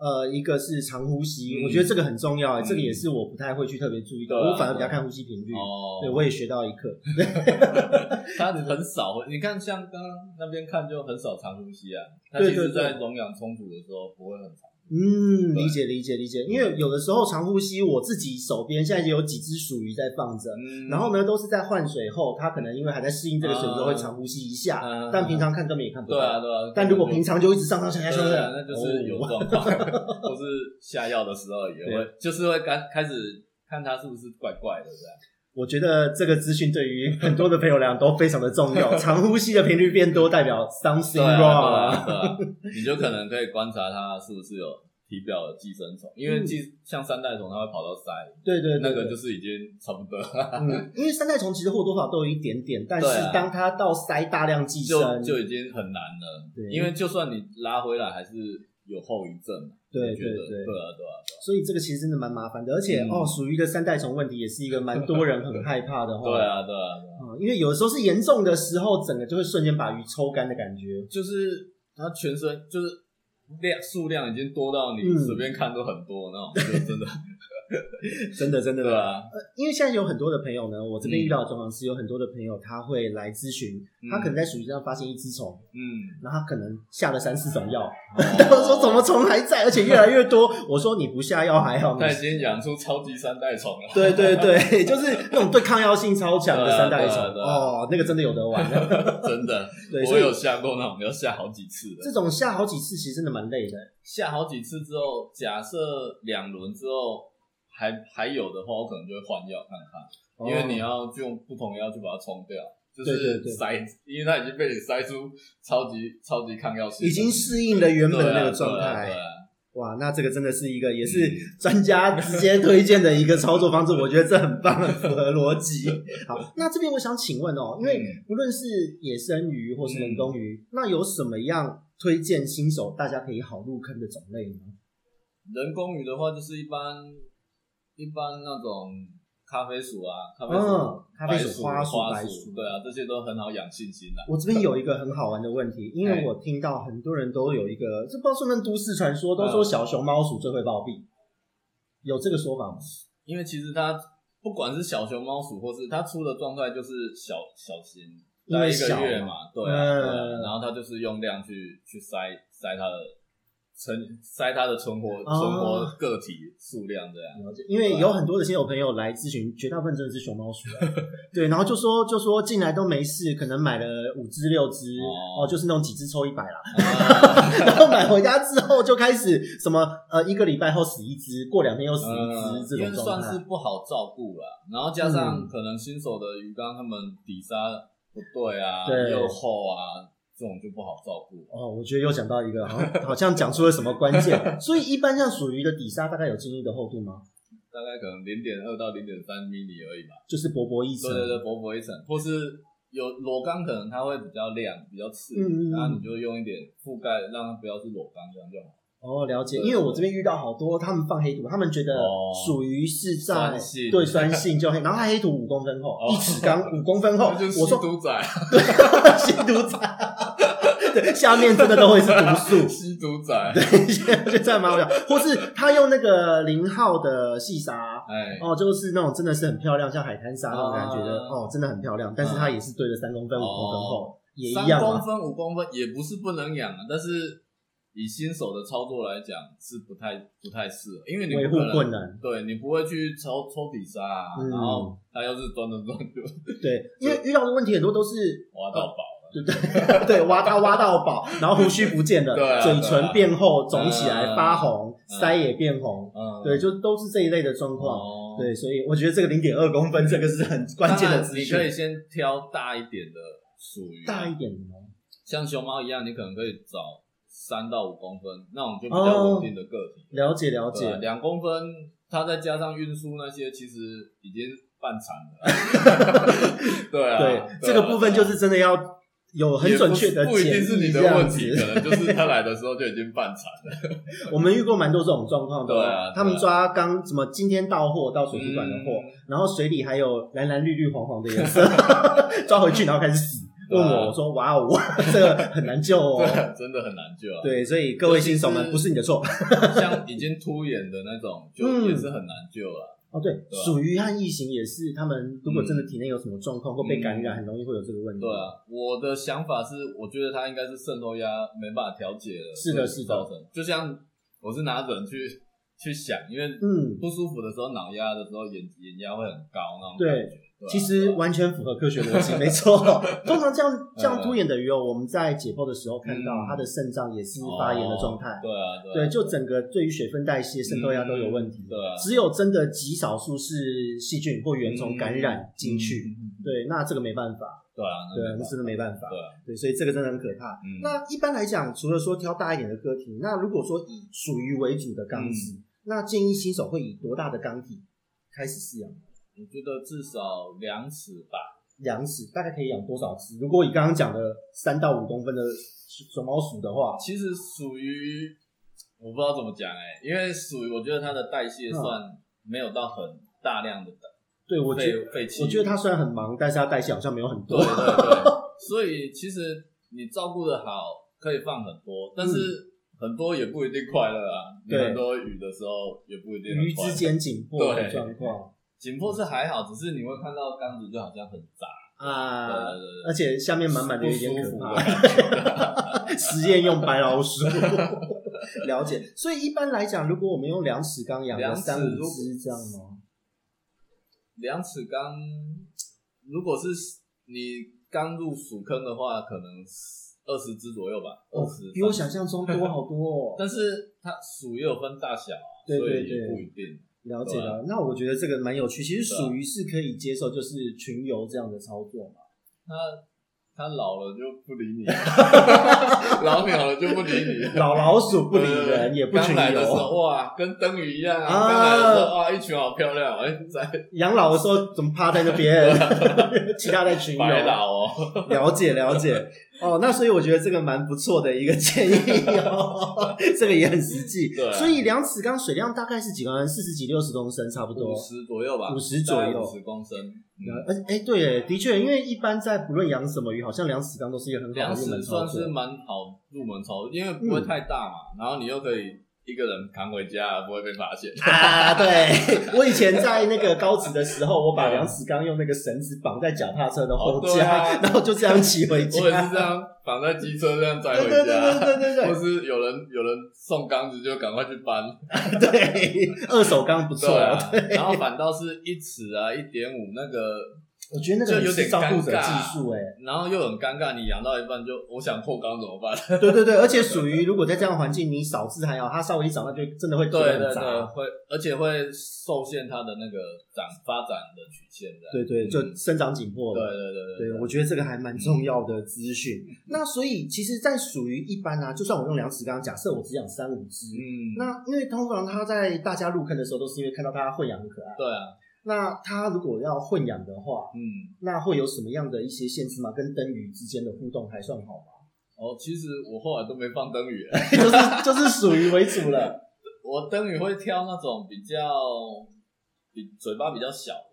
S1: 呃，一个是长呼吸，
S2: 嗯
S1: 我觉得这个很重要，欸
S2: 嗯
S1: 这个也是我不太会去特别注意的，
S2: 对啊
S1: 我反而比较看呼吸频率。嗯
S2: 哦，
S1: 对，我也学到一课。
S2: 他很少会，你看像刚刚那边看就很少长呼吸啊，他
S1: 对
S2: 其
S1: 对
S2: 实
S1: 对
S2: 在溶氧充足的时候不会很长呼
S1: 嗯，
S2: 对
S1: 理解理解理解，因为有的时候长呼吸，我自己手边现在也有几只鼠鱼在放着，
S2: 嗯
S1: 然后呢都是在换水后，它可能因为还在适应这个水，
S2: 啊
S1: 就会长呼吸一下，
S2: 嗯
S1: 但平常看根本也看不
S2: 对啊
S1: 到。
S2: 对啊，
S1: 但如果
S2: 可能
S1: 平常就一直上上下
S2: 对啊
S1: 下下下，
S2: 那就是有
S1: 哦
S2: 状况， 或是下药的时候也会，就是会刚开始看他是不是怪怪的这样。
S1: 我觉得这个资讯对于很多的朋友来讲都非常的重 要。长呼吸的频率变多，代表 something
S2: 对啊，对
S1: wrong
S2: 啊，对啊，你就可能可以观察他是不是有体表的寄生虫，因为寄像三代虫，它会跑到鳃里，
S1: 对嗯对对，
S2: 那个
S1: 对
S2: 就是已经差不多
S1: 嗯，因为三代虫其实或多或少都有一点点，但是
S2: 啊对啊
S1: 当它到鳃大量寄
S2: 就
S1: 生，
S2: 就已经很难了，
S1: 对
S2: 因为就算你拉回来，还是有后遗症嘛。
S1: 对
S2: 我觉得
S1: 对对
S2: 对啊，对啊，
S1: 所以这个其实真的蛮麻烦的，而且、
S2: 嗯
S1: 哦，属于一个三代虫问题，也是一个蛮多人很害怕的哈。
S2: 对啊，对啊，对
S1: 嗯，
S2: 啊
S1: 因为有的时候是严重的时候，整个就会瞬间把鱼抽干的感觉。
S2: 就是它全身就是量数量已经多到你
S1: 嗯
S2: 随便看都很多那种，就 真的
S1: 真的，真的，
S2: 对啊，
S1: 因为现在有很多的朋友呢，我这边
S2: 嗯
S1: 遇到的状况是，有很多的朋友他会来咨询，
S2: 嗯
S1: 他可能在鼠鱼上发现一只虫，
S2: 嗯，
S1: 然后他可能下了三四种 药，
S2: 然
S1: 他说怎么虫还在，而且越来越多。我说你不下药还好，你
S2: 哦他已经养出超级三代虫了，
S1: 对对对，就是那种对抗药性超强的
S2: 对啊
S1: 三代虫
S2: 对啊对啊
S1: 哦，那个真的有得玩。
S2: 真的，
S1: 对，
S2: 我
S1: 所以
S2: 有下过那种，要下好几次的，
S1: 这种下好几次其实真的蛮累的。
S2: 下好几次之后，假设两轮之后还还有的话，我可能就会换药看看。因为你
S1: 哦
S2: 要用不同药去把它冲掉，就
S1: 对对
S2: 是
S1: 对
S2: 塞，因为它已经被你塞出超级超级抗药性，
S1: 已经适应了原本的那个状
S2: 对啊对啊对
S1: 态，
S2: 啊
S1: 哇，那这个真的是一个也是
S2: 嗯
S1: 专家直接推荐的一个操作方式，我觉得这很棒，很符合逻辑。 好，那这边我想请问哦，因为
S2: 嗯
S1: 不论是野生鱼或是人工鱼，那有什么样推荐新手大家可以好入坑的种类呢？
S2: 人工鱼的话，就是一般一般那种咖啡鼠啊，咖啡鼠、
S1: 嗯咖啡
S2: 白
S1: 鼠
S2: 鼠、
S1: 花鼠
S2: 鼠、
S1: 白鼠
S2: 鼠，对啊，这些都很好养信心的。
S1: 我这边有一个很好玩的问题，因
S2: 哎
S1: 为我听到很多人都有一个，这不知道是不是都市传说，都
S2: 嗯
S1: 说小熊猫鼠最会暴毙，有这个说法吗？
S2: 因为其实它不管是小熊猫鼠，或是它出的状态就是小小型，
S1: 因
S2: 大概
S1: 为
S2: 一个
S1: 小
S2: 月
S1: 嘛
S2: 嘛，对啊，
S1: 嗯
S2: 对啊然后它就是用量去去塞塞它的存塞它的存活、
S1: 哦
S2: 存活个体数量这样。
S1: 了解，因为
S2: 啊
S1: 有很多的新手朋友来咨询，绝大部分真的是熊猫鼠， 对，然后就说就说进来都没事，可能买了五只六只，
S2: 哦
S1: 哦，就是那种几只抽一百啦，
S2: 啊
S1: 然后买回家之后就开始什么呃，一个礼拜后死一只，过两天又死一
S2: 嗯
S1: 只，这
S2: 因为
S1: 种状
S2: 算
S1: 态
S2: 是。不好照顾啦，然后加上
S1: 嗯
S2: 可能新手的鱼缸，他们底沙不对啊，
S1: 对
S2: 又厚啊，这种就不好照顾。
S1: 哦，我觉得又讲到一个，好像好像讲出了什么关 键。所以一般像属于的底沙大概有精益的厚度吗？
S2: 大概可能零点二到零点三米米而已吧。
S1: 就是啊薄薄一层。
S2: 对对对，薄薄一层，或是有裸钢，可能它会比较亮，比较刺，
S1: 嗯嗯嗯
S2: 然后你就用一点覆盖，让它不要是裸钢，这样就好。
S1: 哦，了解。
S2: 对
S1: 因为我这边遇到好多他们放黑土，他们觉得
S2: 哦
S1: 属于是在、
S2: 酸性
S1: 对酸性就黑，然后它黑土五公分厚，
S2: 哦
S1: 一尺钢五公分厚。
S2: 那就是
S1: 哦我
S2: 吸
S1: 说
S2: 毒仔，
S1: 吸毒仔，对，下面真的都会是毒素。
S2: 吸毒仔，
S1: 就这样蛮好笑，或是他用那个零号的细沙，
S2: 哎，
S1: 哦，就是那种真的是很漂亮，像海滩沙那种感觉的，
S2: 啊哦
S1: 哦，真的很漂亮。但是它也是对着三公分、五公分厚，也一
S2: 三
S1: 样
S2: 公
S1: 啊。
S2: 分、五公分也不是不能养啊，但是以新手的操作来讲是不太不太适合，因为你
S1: 维
S2: 不
S1: 护
S2: 可能
S1: 困难，
S2: 对你不会去抽抽底沙、啊，
S1: 嗯
S2: 然后它要是钻着钻就
S1: 对，因为遇到的问题很多都是，
S2: 挖到宝。
S1: 对对 对，挖它挖到宝，然后胡须不见了，
S2: 对啊
S1: 嘴唇变厚，
S2: 对啊
S1: 肿起来发红，
S2: 嗯
S1: 腮也变红，
S2: 嗯，
S1: 对，就都是这一类的状况。
S2: 哦，
S1: 对，所以我觉得这个零点二公分这个是很关键的
S2: 当然
S1: 资
S2: 你
S1: 讯
S2: 可，以先挑大一点的属于啊
S1: 大一点的吗？
S2: 像熊猫一样，你可能可以找三到五公分那种就比较
S1: 哦
S2: 稳定的个体。
S1: 了解了
S2: 对啊，
S1: 解，
S2: 两公分，它再加上运输那些，其实已经半残了。 对啊，
S1: 对
S2: 啊，
S1: 这个部分就是真的要有很准确的
S2: 也不是不一定
S1: 建
S2: 是
S1: 议
S2: 你
S1: 这
S2: 的问
S1: 样
S2: 题，
S1: 子。
S2: 可能就是它来的时候就已经半残了。
S1: 我们遇过蛮多这种状况的哦，
S2: 对啊对啊
S1: 他们抓刚什么今天到货到水族馆的货，
S2: 嗯
S1: 然后水里还有蓝蓝绿绿黄黄的颜色， 抓回去然后开始死。
S2: 对
S1: 问
S2: 啊
S1: 我，我说哇哦， 这个很难救哦
S2: 对。啊，真的很难救啊。，
S1: 对，所以各位新手
S2: 尤其
S1: 们，
S2: 是
S1: 不是你的错
S2: 像已经凸眼的那种，就
S1: 嗯
S2: 也是很难救了。
S1: 哦。对，
S2: 对啊
S1: 属于和异形也是，他们如果真的体内有什么状况或被感染，
S2: 嗯
S1: 很容易会有这个问题。
S2: 对啊，我的想法是，我觉得它应该是渗透压没办法调节了，
S1: 是的
S2: 所以
S1: 是的
S2: 造成。就像我是拿梗去去想，因为
S1: 嗯，
S2: 不舒服的时候，脑压的时候，眼眼压会很高那种
S1: 对
S2: 感觉。对啊吧
S1: 其实完全符合科学 逻辑，没错。通常这样这样凸眼的鱼哦，我们在解剖的时候看到
S2: 嗯
S1: 它的肾脏也是发炎的状态
S2: 哦，对啊，对啊
S1: 对，就整个对于水分代谢、渗透压都有问题。
S2: 对啊，
S1: 只有真的极少数是细菌或原虫感染进去，
S2: 嗯，嗯嗯嗯
S1: 对，那这个没办法，
S2: 对啊，
S1: 对，那
S2: 那没办法
S1: 真的没办法，
S2: 对啊，
S1: 对，所以这个真的很可怕。
S2: 嗯，
S1: 那一般来讲，除了说挑大一点的个体，那如果说以属鱼为主的缸体，
S2: 嗯
S1: 那建议新手会以多大的缸体开始饲养？
S2: 我觉得至少两尺吧，
S1: 两尺大概可以养多少只？如果以刚刚讲的三到五公分的熊猫鼠的话，
S2: 其实属于我不知道怎么讲哎、因为属于我觉得它的代谢算没有到很大量的
S1: 对嗯我觉
S2: 废
S1: 得，
S2: 废气，
S1: 我觉得它虽然很忙，但是它代谢好像没有很
S2: 对
S1: 多。
S2: 对 对，所以其实你照顾的好，可以放很多，但是很多也不一定快乐啊。
S1: 嗯
S2: 你
S1: 对
S2: 很多鱼的时候也不一定
S1: 鱼
S2: 很快
S1: 之
S2: 乐。
S1: 间紧迫的
S2: 对
S1: 状况
S2: 紧迫是还好，只是你会看到缸子就好像很杂，
S1: 啊
S2: 对，对对
S1: 而且下面满满的有点
S2: 不
S1: 可
S2: 舒服啊的
S1: 怕。
S2: 感觉。
S1: 实验用白老鼠， 了解。所以一般来讲，如果我们用两尺缸养个
S2: 两尺
S1: 三五
S2: 如果
S1: 只这样哦吗？
S2: 两尺缸，如果是你刚入鼠坑的话，可能二十只左右吧，
S1: 哦
S2: 二十、，啊
S1: 比我想象中多好 多哦。
S2: 但是它鼠也有分大小啊，
S1: 对
S2: 所
S1: 对
S2: 以
S1: 对
S2: 也不一定。
S1: 了解
S2: 对啊
S1: 了，那我觉得这个蛮有趣。其实
S2: 对啊
S1: 属于是可以接受，就是群游这样的操作嘛。
S2: 它它老了就不理你，老鸟了就不理你了。
S1: 老老鼠不理人，
S2: 对
S1: 也不群
S2: 刚来的时
S1: 游。
S2: 候哇，跟灯鱼一样啊！
S1: 啊
S2: 刚来的时候哇，一群好漂亮，哎，在
S1: 养老的时候怎么趴在那 边？其他在群游。
S2: 白老哦，
S1: 了解了解。哦，那所以我觉得这个蛮不错的一个建议哦，这个也很实际。
S2: 对啊
S1: 所以两尺缸水量大概是几公升？四十几、六十公升差不多
S2: 五。十左右吧，
S1: 50左右
S2: 五十公升，嗯
S1: 而哎、对耶，的确，因为一般在不论养什么鱼，好像两尺缸都是一个很好
S2: 两
S1: 的入
S2: 尺
S1: 门操
S2: 算
S1: 作
S2: 是。蛮好入门操作，因为不会太大
S1: 嗯
S2: 嘛，然后你又可以一个人扛回家，不会被 发现。
S1: 啊，对，我以前在那个高职的时候，我把两尺缸用那个绳子绑在脚踏车的后
S2: 哦对
S1: 架，
S2: 啊
S1: 然后就这样骑回
S2: 我也是
S1: 家。
S2: 这样绑在机车这样载
S1: 对
S2: 回
S1: 对对
S2: 家，
S1: 对对对
S2: 或是有人有人送缸子就赶快去搬，
S1: 对对，二手缸不错
S2: 对
S1: 哦，
S2: 啊，然后反倒是一尺啊一点五那个，
S1: 我觉得那个
S2: 就有点
S1: 是照顾者
S2: 尴尬
S1: 技术哎、
S2: 然后又很尴尬，你养到一半就我想扩缸怎么 办？
S1: 对对对，而且属于如果在这样的环境，你少字还好，它稍微一长，那就真的会
S2: 对对
S1: 很
S2: 对，
S1: 杂。
S2: 会而且会受限它的那个长发展的曲线的。
S1: 对对，就
S2: 嗯
S1: 生长紧迫
S2: 对
S1: 了。
S2: 对对
S1: 对，我觉得这个还蛮重要的资讯。那所以其实，在属于一般啊，就算我用两尺缸，假设我只养三五只，
S2: 嗯，
S1: 那因为通常它在大家入坑的时候，都是因为看到它混养很可爱。
S2: 对啊，
S1: 那它如果要混养的话，
S2: 嗯。
S1: 那会有什么样的一些限制吗？跟灯鱼之间的互动还算好吗？
S2: 哦，其实我后来都没放灯语，
S1: 就是就是属于为主了。
S2: 我灯语会挑那种比较比嘴巴比较小的，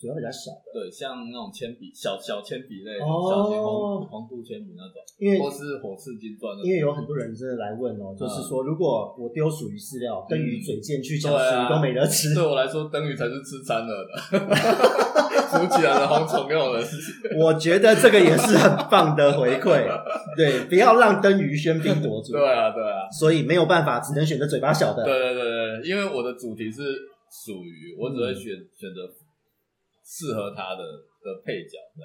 S1: 主要比较小的，
S2: 对，像那种铅笔小小铅笔类的，
S1: 哦
S2: 小型红红度铅笔那种，
S1: 因为
S2: 或是火刺金钻那
S1: 因
S2: 种。
S1: 为有很多人真的来问
S2: 嗯
S1: 哦、就是说如果我丢属于饲料，灯鱼嘴贱去抢
S2: 对
S1: 属
S2: 啊
S1: 鱼都没得吃，
S2: 嗯对我来说，灯鱼才是吃餐了 的，浮起来的红虫给我的事 情。
S1: 我觉得这个也是很棒的回馈。 对，不要让灯鱼喧宾夺主。
S2: 对啊，对啊，
S1: 所以没有办法，只能选择嘴巴小的。
S2: 对对对对，因为我的主题是属于，我只会选、
S1: 嗯
S2: 选择适合它的的配角，对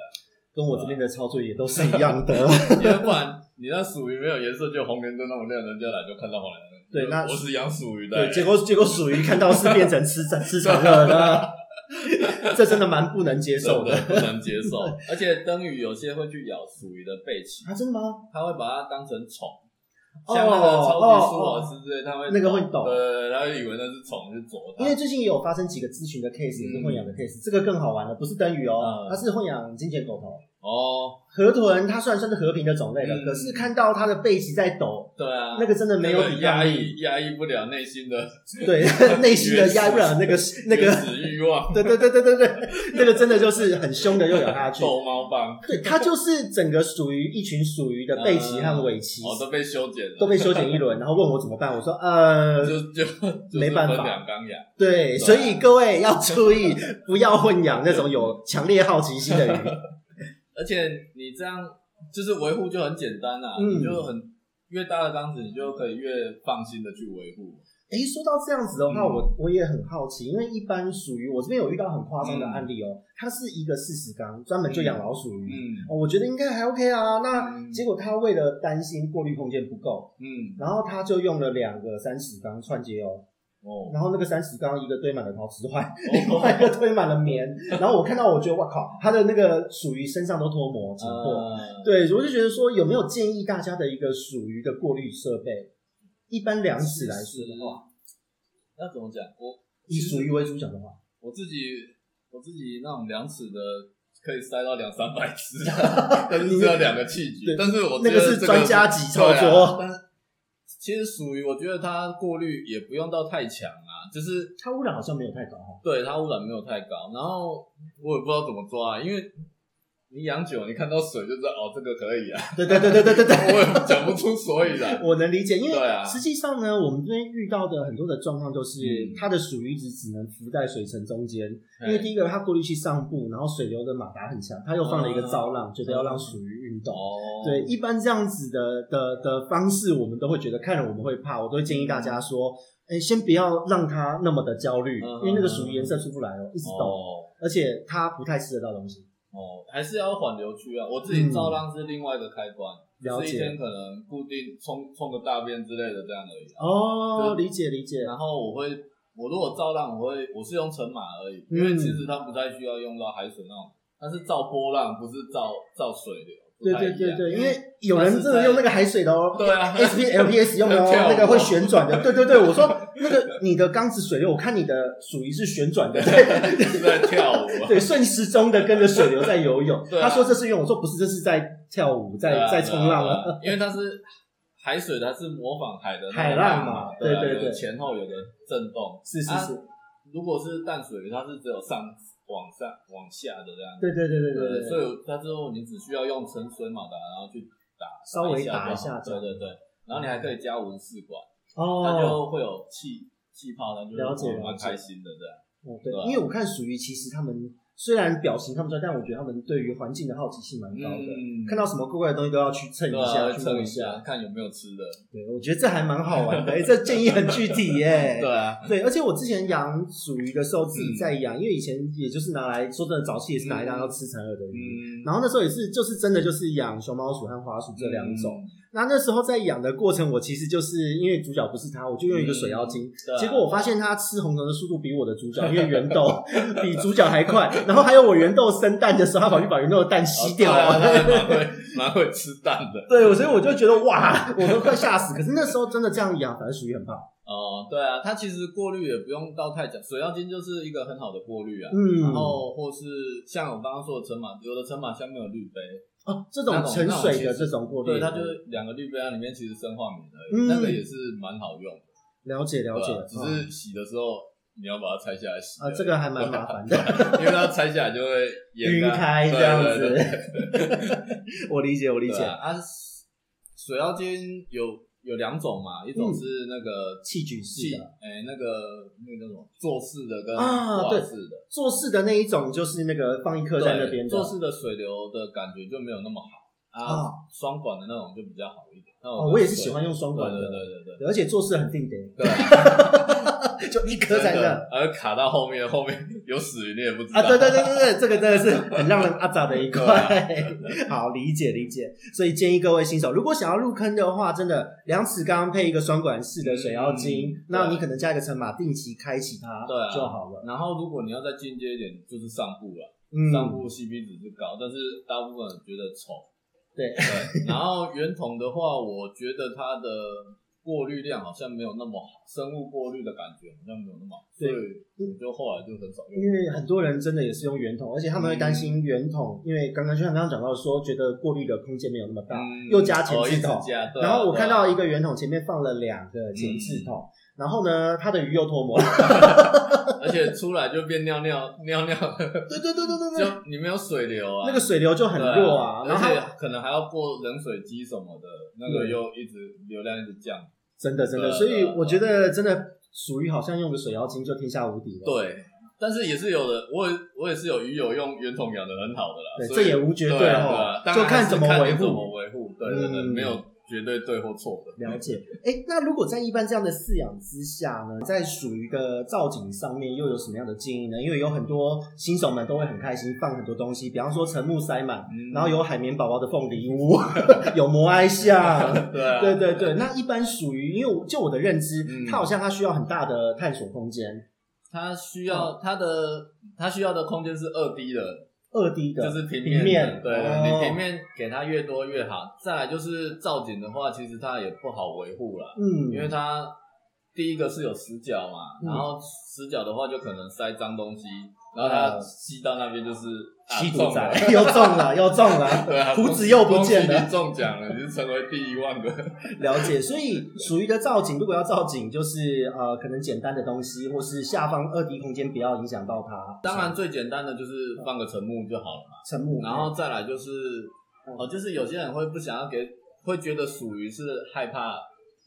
S1: 跟我这边的操作也都是一样的。
S2: 啊，因为不然你那属于没有颜色，就红莲灯那么亮，人家来就看到红莲灯。
S1: 对那
S2: 我是养属鱼 的、
S1: 对，结果结果属于看到是变成吃吃长热 了，这真的蛮不能接受
S2: 受
S1: 的。
S2: 的不能 接受，而且灯鱼有些会去咬属鱼的背鳍，
S1: 啊，真的吗？
S2: 它会把它当成虫，
S1: 哦
S2: 像那个超级苏
S1: 哦
S2: 老
S1: 哦
S2: 师之类，它会
S1: 那个会抖
S2: 对对，对它会以为那是虫去啄它
S1: 因为。最近也有发生几个咨询的 case，也是混养的 case，、这个更好玩了，不是灯鱼哦，
S2: 嗯
S1: 它是混养金钱狗头。
S2: 哦，
S1: 河豚它虽然算是和平的种类了，
S2: 嗯
S1: 可是看到它的背鳍在 抖，
S2: 对啊，
S1: 那个真的没有
S2: 那个
S1: 抵
S2: 压
S1: 抗力，
S2: 抑，压抑不了内心的
S1: 对内心的压不了那个那
S2: 原
S1: 个，
S2: 始欲望，
S1: 对对对对对对，那个真的就是很凶的又咬下去。
S2: 逗猫棒，
S1: 对，它就是整个属于一群属于的背鳍和尾鳍、
S2: 哦，都被修剪了，
S1: 都被修剪一轮，然后问我怎么办，我说呃，
S2: 就就就是
S1: 没办法
S2: 分两缸养，
S1: 对，
S2: 对
S1: 所以各位要注意，不要混养那种有强烈好奇心的鱼。
S2: 而且你这样就是维护就很简单啦、
S1: 嗯
S2: 你就很。越大的缸子，你就可以越放心的去维护。
S1: 诶，说到这样子的话，
S2: 嗯
S1: 我我也很好奇，因为一般属于我这边有遇到很夸张的案例哦、它是一个四十缸，专门就养老鼠鱼。
S2: 嗯嗯
S1: 哦，我觉得应该还 OK 啊。那
S2: 嗯
S1: 结果他为了担心过滤空间不够，
S2: 嗯
S1: 然后他就用了两个三十缸串接哦，
S2: 哦，
S1: 然后那个三十缸一个堆满了陶瓷块，另外一个堆满了棉。然后我看到，我觉得哇靠，他的那个属于身上都脱膜紧迫。
S2: 呃，
S1: 对，我就觉得说有没有建议大家的一个属于的过滤设备？一般量尺来说的话，
S2: 要怎么讲？我
S1: 以属于为主讲的话，
S2: 我自己我自己那种量尺的。可以塞到两三百只， 但是只有两个器具
S1: 对。
S2: 但是我
S1: 那
S2: 觉得
S1: 是
S2: 这个
S1: 专家级操
S2: 对啊
S1: 作。
S2: 但其实属于我觉得它过滤也不用到太强啊，就是
S1: 它污染好像没有太高哈。
S2: 对它污染没有太高，然后我也不知道怎么抓、啊因为你养久，你看到水就知道哦，这个可以啊，
S1: 对对对对对对对，
S2: 我也讲不出所以然。
S1: 我能理解，因为
S2: 对啊
S1: 实际上呢，我们这边遇到的很多的状况就是
S2: 嗯，
S1: 它的属于值只能浮在水层中间， 因为
S2: 嘿
S1: 第一个它过滤器上部，然后水流的马达很强，它又放了一个
S2: 嗯
S1: 造浪，觉得要让属于运动。
S2: 哦，
S1: 对，一般这样子的的的方式，我们都会觉得看了我们会怕，我都会建议大家说，哎、先不要让它那么的焦虑，
S2: 嗯
S1: 因为那个属于颜色出不来哦，一直抖，
S2: 哦
S1: 而且它不太吃得到东西。
S2: 哦，还是要缓流区啊。我自己造浪是另外一个开关，
S1: 嗯了
S2: 是一
S1: 解
S2: 天可能固定冲冲个大便之类的这样而已啊、
S1: 哦，
S2: 就
S1: 理解理解，
S2: 然后我会，我如果造浪，我会我是用沉码而已，因为
S1: 嗯
S2: 其实它不太需要用到海水那种，它是造波浪，不是造造水流。不
S1: 对对
S2: 太一
S1: 对
S2: 样
S1: 对，因为有人真的用那个海水的哦。
S2: 对啊，
S1: S P L P S 用的哦，
S2: 跳舞
S1: 那个会旋转的，对对对，我说那个你的缸子水流，我看你的属于是旋 转的，对
S2: 是在跳舞啊。
S1: 对，顺时钟的跟着水流在游泳。
S2: 对啊
S1: 他说这是游泳，我说不是，这是在跳舞，
S2: 对
S1: 在
S2: 啊
S1: 在冲浪啊。
S2: 对啊因为它是海水的，它是模仿海的那个
S1: 海浪
S2: 浪
S1: 嘛
S2: 对啊
S1: 对对
S2: 有
S1: 对
S2: 前后有个震动。
S1: 是是
S2: 啊
S1: 是，
S2: 如果是淡水鱼，它是只有上往上往下的这样子。
S1: 对对对对对对，
S2: 所以它之后你只需要用沉水马达，然后去打，
S1: 稍微打一
S2: 一
S1: 下
S2: 下
S1: 这
S2: 就
S1: 样
S2: 好。对对对，然后你还可以加文试管，它
S1: 哦，
S2: 就会有气气泡，它就
S1: 了解了
S2: 蛮
S1: 解
S2: 开心的这样。
S1: 哦对
S2: 对啊，
S1: 因为我看属于其实他们虽然表情看不出来，但我觉得他们对于环境的好奇心蛮高的，
S2: 嗯
S1: 看到什么怪怪的东西都要去蹭
S2: 对
S1: 一
S2: 啊，
S1: 下，
S2: 会
S1: 去
S2: 测
S1: 摸
S2: 一
S1: 一
S2: 下，
S1: 下。
S2: 看有没有吃的。
S1: 对，我觉得这还蛮好玩的，哎，这建议很具体耶。
S2: 对啊，
S1: 对，而且我之前养属鱼的时候自己
S2: 嗯
S1: 在养，因为以前也就是拿来说真的，早期也是拿来当
S2: 嗯
S1: 要吃成饵的鱼。
S2: 嗯，
S1: 然后那时候也是，就是真的就是养熊猫鼠和花鼠这两种。
S2: 嗯，
S1: 那那时候在养的过程，我其实就是因为主角不是它，我就用一个水妖精，
S2: 对啊
S1: 结果我发现它吃红虫的速度比我的主角，因为 圆豆比主角还快。然后还有我圆豆生蛋的时候，它跑去把圆豆的蛋吸掉
S2: 哦
S1: 了。
S2: 对啊，它还蛮 会蛮会吃蛋的。
S1: 对，我所以我就觉得哇， 我都快吓死。可是那时候真的这样养，反正属于很棒。
S2: 哦，对啊，它其实过滤也不用到太讲，水妖精就是一个很好的过滤啊。
S1: 嗯，
S2: 然后或是像我刚刚说的乘马，有的乘马下面有滤杯，
S1: 哦，这种沉水的这种过滤，
S2: 对，它就是两个滤杯，它啊里面其实生化棉而
S1: 嗯
S2: 已，那个也是蛮好用的。
S1: 了解了
S2: 对
S1: 解
S2: 吧，只
S1: 哦
S2: 是洗的时候你要把它拆下来洗
S1: 啊，这个还蛮麻烦的。
S2: 因为它拆下来 就会
S1: 晕
S2: 掩盖
S1: 开这样子
S2: 对对对。
S1: 我理解，我理
S2: 对
S1: 解。
S2: 啊，啊水妖精有有两种嘛，一种
S1: 嗯
S2: 是那个
S1: 器具式
S2: 器
S1: 的，
S2: 哎、那个那个叫什么坐式的跟
S1: 啊
S2: 挂
S1: 对
S2: 式的，
S1: 做事的那一种，就是那个放一颗
S2: 对，
S1: 在那边的，
S2: 坐式的水流的感觉就没有那么好
S1: 啊
S2: 啊，双、管的那种就比较好一点。那
S1: 哦，
S2: 们
S1: 我也是喜欢用双
S2: 水
S1: 管的，
S2: 对对对对对。
S1: 而且做事很定得，
S2: 对啊，
S1: 就一颗在
S2: 真
S1: 那。
S2: 的，而卡到后面，后面有死鱼你也不知道。
S1: 啊，对对对对对，这个真的是很让人阿杂的一块
S2: 对。啊
S1: 好，理解理解。所以建议各位新手，如果想要入坑的话，真的两尺缸配一个双管式的水妖精，
S2: 嗯
S1: 那你
S2: 对
S1: 可能加一个乘码，定期开启它
S2: 对啊
S1: 就好了。
S2: 然后如果你要再进阶一点，就是上部了。
S1: 嗯，
S2: 上部 CP 值是高，但是大部分人觉得丑。
S1: 对
S2: 对，然后圆筒的话，我觉得它的过滤量好像没有那么好，生物过滤的感觉好像没有那么好，
S1: 对
S2: 所以我就后来就很少用。
S1: 因为很多人真的也是用圆筒，而且他们会担
S2: 嗯
S1: 心圆筒，因为刚刚就像刚刚讲到说，觉得过滤的空间没有那么大，
S2: 嗯
S1: 啊又加前
S2: 哦一
S1: 置
S2: 直
S1: 筒。
S2: 加对啊
S1: 然后我
S2: 对啊
S1: 看到一个圆筒前面放了两个前
S2: 嗯
S1: 置筒，然后呢，它的鱼又脱模了。
S2: 而且出来就变尿尿尿尿，
S1: 对对对对对对，
S2: 就你没有水流啊，
S1: 那个水流就很
S2: 对
S1: 弱啊，然
S2: 而
S1: 后
S2: 且
S1: 它
S2: 可能还要过冷水机什么的，那个
S1: 对
S2: 又一直流量一直降。
S1: 真的真的，
S2: 对啊
S1: 所以
S2: 对啊
S1: 我觉得真的属于好像用个水妖精就天下无敌了。
S2: 对，啊但是也是有的，我也我也是有鱼友用圆筒养的很好的啦，
S1: 对，
S2: 所
S1: 这
S2: 以
S1: 也无绝
S2: 对啊对
S1: 哦
S2: 啊，当然
S1: 就
S2: 还
S1: 看
S2: 是
S1: 怎
S2: 怎
S1: 么维
S2: 你怎
S1: 护。
S2: 么维护。对对对，
S1: 嗯
S2: 没有绝对对或错的。
S1: 了解，哎，那如果在一般这样的饲养之下呢，在属于的造景上面又有什么样的建议呢？因为有很多新手们都会很开心，放很多东西，比方说沉木塞满，
S2: 嗯
S1: 然后有海绵宝宝的凤梨屋， 有摩埃像，
S2: 对啊，
S1: 对对对。那一般属于，因为我就我的认知，
S2: 嗯
S1: 它好像它需要很大的探索空间，
S2: 它需要它的它需要的空间是二 D 的，
S1: 二 D 的，
S2: 就是平
S1: 平面
S2: 面的，对，
S1: 哦
S2: 你平面给它越多越好。再来就是造景的话，其实它也不好维护啦，
S1: 嗯，
S2: 因为它第一个是有死角嘛，
S1: 嗯
S2: 然后死角的话就可能塞脏东西，然后它
S1: 嗯
S2: 吸到那边就是啊
S1: 吸毒
S2: 中
S1: 仔
S2: 了
S1: 又中 了，又中了，
S2: 对啊，
S1: 胡子又不见了
S2: 恭喜你中奖了，你是成为第一万个。
S1: 了解。所以属于的造景，如果要造景，就是呃，可能简单的东西，或是下方二 D 空间不要影响到它。
S2: 当然，最简单的就是放个沉木就好了嘛。
S1: 沉木，
S2: 然后再来就是，
S1: 嗯
S2: 哦，就是有些人会不想要给，会觉得属于是害怕，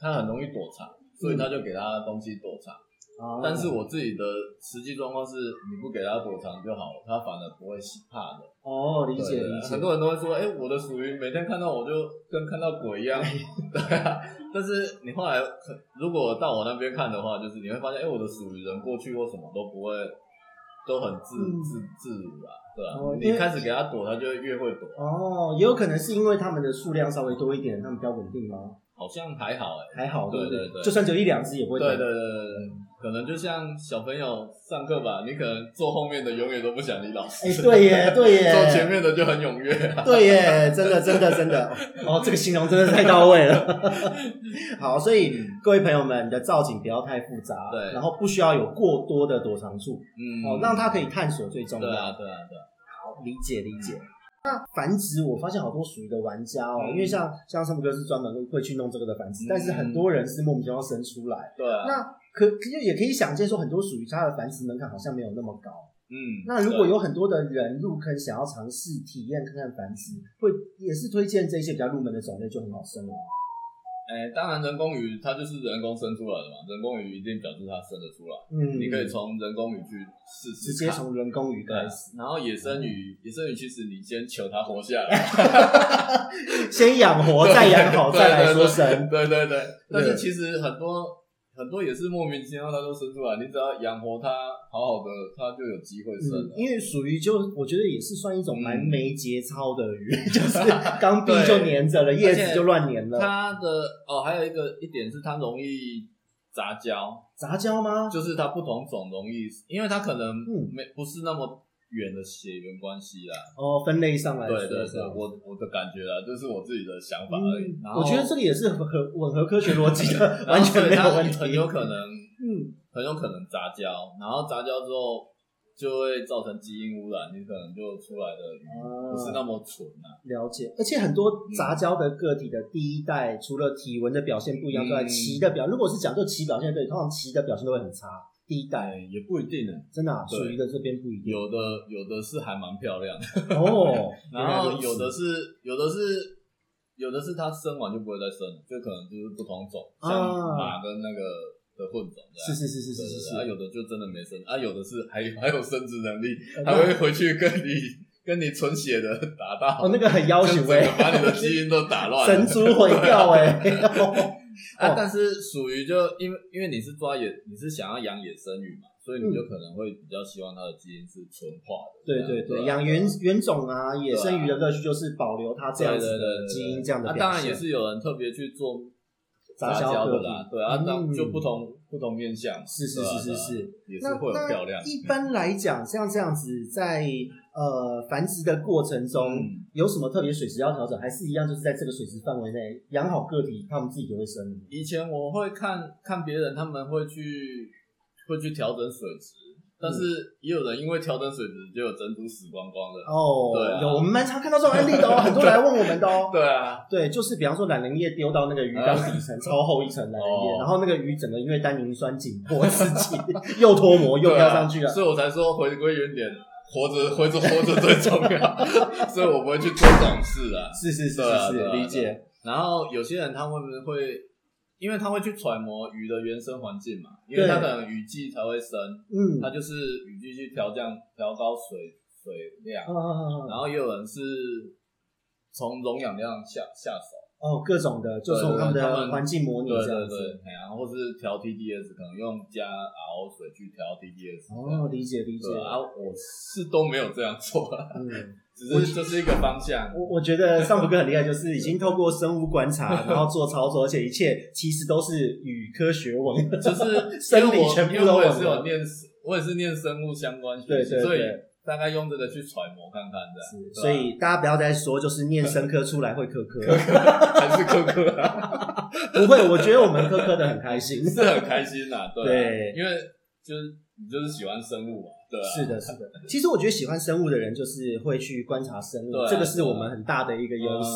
S2: 他很容易躲藏，所
S1: 嗯
S2: 以他就给他东西躲藏。
S1: 啊
S2: 但是我自己的实际状况是，你不给他躲藏就好了，他反而不会喜怕的。
S1: 哦，理解
S2: 对
S1: 理解
S2: 很，多人都会说，哎、我的属于每天看到我就跟看到鬼一样， 对啊。但是你后来可如果到我那边看的话，就是你会发现，哎、我的属于人过去或什么都不会，都很自、
S1: 嗯
S2: 自自如啦，对啊。
S1: 哦因
S2: 你
S1: 为
S2: 开始给他躲，他就越会躲。
S1: 哦，也有可能是因为它们的数量稍微多一点，它们比较稳定吗？
S2: 好像还好哎、
S1: 还好，不
S2: 对对对
S1: 就算只有一两只也不会
S2: 对
S1: 痛。
S2: 对对对对，可能就像小朋友上课吧，你可能坐后面的永远都不想理老师，
S1: 哎，对耶， 对耶，
S2: 坐前面的就很踊跃 啊。
S1: 对耶，真的，真的，真的，哦，这个形容真的太到位了。 好，所以各位朋友们，你的造景不要太复杂，
S2: 对
S1: 然后不需要有过多的躲藏处，
S2: 嗯，
S1: 哦，让它可以探索最重要。
S2: 对啊对啊对啊，
S1: 好理解理解。那繁殖，我发现好多属于的玩家哦，
S2: 嗯
S1: 因为像像山姆哥是专门会去弄这个的繁殖，
S2: 嗯
S1: 但是很多人是莫名其妙生出来。
S2: 对啊，
S1: 那可可也可以想见说，很多属于它的繁殖门槛好像没有那么高。
S2: 嗯，
S1: 那如果有很多的人入坑，想要尝试体验看看繁殖，会也是推荐这些比较入门的种类就很好生了。
S2: 哎，当然人工鱼它就是人工生出来的嘛，人工鱼一定表示它生得出来，
S1: 嗯，
S2: 你可以从人工鱼去试试
S1: 直接
S2: 看
S1: 从嗯人工鱼
S2: 对啊
S1: 开始，
S2: 然后野生鱼，野生鱼其实你先求它活下来，
S1: 先养活，哦再养好，
S2: 对
S1: 再来说生。
S2: 对对对，但是其实很多很多也是莫名其妙它都生出来，你只要养活它，好好的，它就有机会生
S1: 嗯
S2: 了，。
S1: 因为属于就我觉得也是算一种蛮
S2: 嗯
S1: 没节操的鱼，就是刚毕
S2: 对
S1: 就粘着了，叶
S2: 而
S1: 子
S2: 且
S1: 就乱粘了。
S2: 它的哦，还有一个一点是它容易杂交，
S1: 杂交吗？
S2: 就是它不同种容易，因为它可能
S1: 嗯
S2: 没不是那么远的血缘关系啦。
S1: 哦，分类上来说
S2: 对对
S1: 是
S2: 对，
S1: 吧
S2: 我我的感觉啦，这是我自己的想法而已。
S1: 嗯
S2: 然，后
S1: 我觉得这个也是合合吻合科学逻辑的，
S2: 然后
S1: 完全
S2: 所以
S1: 没有
S2: 啊它
S1: 问
S2: 很
S1: 题。
S2: 有可能
S1: 嗯，
S2: 很有可能杂交，然后杂交之后就会造成基因污染，你可能就出来的鱼
S1: 啊
S2: 不是那么纯啊。
S1: 了解，而且很多杂交的个体的第一代，除了体纹的表现不一样之外，
S2: 嗯
S1: 鳍的表，如果是讲究鳍表现对，通常鳍的表现都会很差。第一代
S2: 哎，也不一定呢，
S1: 真的啊
S2: 对
S1: 属于的这边不一定
S2: 有的有的是还蛮漂亮的，，
S1: 哦
S2: 然
S1: 原来
S2: 后有的
S1: 如此
S2: 是有的是有的是它生完就不会再生了，就可能就是不同种，
S1: 啊
S2: 像马跟那个的混种这
S1: 是
S2: 样。
S1: 是是是是
S2: 对对
S1: 是
S2: 对啊，
S1: 是，
S2: 有的就真的没生，啊，有的是还有还有生殖能力，
S1: 呃
S2: 还会回去跟你跟你纯血的打到，
S1: 哦，那个很要求
S2: 就 整个
S1: 哎，
S2: 把你的基因都打乱了，
S1: 神猪毁掉 哎，
S2: 啊
S1: 哦！
S2: 但是属于就因为因为你是抓野，你是想要养野生鱼嘛，所以你就可能会比较希望它的基因是纯化的。
S1: 嗯对
S2: 这样
S1: 对对，
S2: 啊
S1: 养原原种啊，野
S2: 对啊
S1: 生鱼的乐趣就是保留它这样子的基因，这样的
S2: 那、
S1: 表
S2: 啊当然
S1: 现
S2: 也是有人特别去做
S1: 杂交
S2: 交
S1: 个
S2: 的
S1: 体
S2: 啦，对啊，那
S1: 嗯
S2: 就不同不同面相嘛，
S1: 是是
S2: 对啊
S1: 是是，
S2: 对啊
S1: 是。
S2: 也是
S1: 那
S2: 会有漂亮
S1: 那。一般来讲，像这样子在呃繁殖的过程中，
S2: 嗯，
S1: 有什么特别水质要调整，还是一样就是在这个水质范围内养好个体，它们自己就会生。
S2: 以前我会看看别人，他们会去会去调整水质，但
S1: 嗯
S2: 是也有人因为调整水质，就有珍珠死光光的。
S1: 哦，
S2: 对啊
S1: 有我们蛮常看到这种案例的 哦，很多人来问我们的哦。
S2: 对啊，
S1: 对，就是比方说，懒人液丢到那个鱼缸底层，超厚一层懒人液，
S2: 嗯哦
S1: 然后那个鱼整个因为单宁酸紧迫刺激，又脱模又飘上去
S2: 对
S1: 了
S2: 啊。所以我才说回归原点，活着活着活着最重要， 所以我不会去做这种事啊。
S1: 是是是
S2: 对啊
S1: 是
S2: 对
S1: 是，
S2: 啊
S1: 理解。
S2: 然后有些人他会不会，因为他会去揣摩鱼的原生环境嘛，因为
S1: 对
S2: 它可能雨季才会生，
S1: 嗯，
S2: 它就是雨季去调降调高水水量，
S1: 啊
S2: 然后也有人是从溶氧量下下手，
S1: 哦，各种的，就是
S2: 对对
S1: 他们
S2: 他
S1: 的
S2: 们
S1: 环境模拟
S2: 对
S1: 这
S2: 对
S1: 样子。
S2: 对，哎呀，或是调 TDS，可能用加熬水去调 TDS 这样。
S1: 哦，理解理解。
S2: 对啊，我是都没有这样做啊，
S1: 嗯，
S2: 只是这是一个方向。
S1: 我我觉得上普哥很厉害，就是已经透过生物观察， 然后做操作，而且一切其实都是与科学文。
S2: 就是
S1: 生
S2: 因
S1: 理
S2: 为我
S1: 全部
S2: 因为
S1: 都
S2: 我也
S1: 懂
S2: 是
S1: 了
S2: 有念，我也是念生物相关学
S1: 对
S2: 习，
S1: 对
S2: 所以
S1: 对
S2: 大概用这个去揣摩看看的。
S1: 所以大家不要再说，就是念生科出来会科 科，
S2: 还是科科啊，
S1: 不会。我觉得我们科科的很开心。
S2: 是很开心呐，对啊
S1: 对
S2: 因为就是你就是喜欢生物嘛，对啊，
S1: 是的，是的。其实我觉得喜欢生物的人，就是会去观察生物
S2: 对，啊
S1: 这个是我们很大的一个
S2: 嗯
S1: 优势。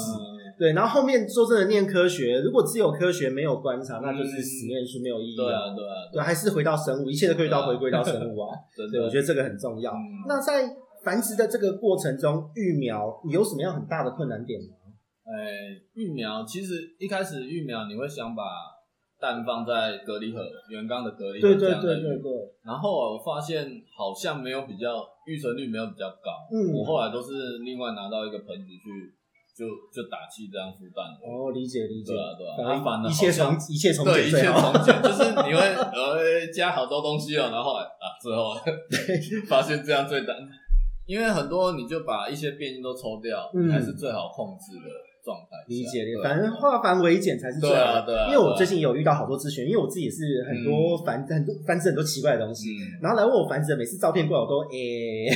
S1: 对，然后后面说真的，念科学，如果只有科学没有观察，那就是死念书没有意义。
S2: 嗯对，啊，对啊，
S1: 对，还是回到生物，一切都可以到回归到生物啊。
S2: 真
S1: 对，我
S2: 的。
S1: 觉得这个很重要。
S2: 嗯
S1: 那在繁殖的这个过程中，育苗你有什么样很大的困难点吗？
S2: 哎，育苗其实一开始育苗你会想把蛋放在隔离盒，原缸的隔离盒
S1: 对对
S2: 这样的
S1: 对对
S2: 育
S1: 对，
S2: 然后我发现好像没有比较育成率没有比较高，
S1: 嗯
S2: 我后来都是另外拿到一个盆子去就就打气这样孵蛋的。
S1: 哦，理解理解
S2: 对。啊对啊，
S1: 反正
S2: 啊反而
S1: 一切从
S2: 好像
S1: 一切从
S2: 对
S1: 简
S2: 一切
S1: 最好。
S2: 从简，就是你会呃加好多东西哦，然后后来啊最后发现这样最难，因为很多你就把一些变因都抽掉，
S1: 嗯
S2: 才是最好控制的状态 下。
S1: 理解理
S2: 对
S1: 解，
S2: 啊
S1: 反正化繁为简才是最
S2: 对
S1: 好
S2: 啊
S1: 的。
S2: 对啊
S1: 因为我
S2: 对啊
S1: 最近有遇到好多咨询，因为我自己也是很多繁很多繁殖很多奇怪的东西，
S2: 嗯
S1: 然后来问我繁殖的，每次照片过来我都 诶、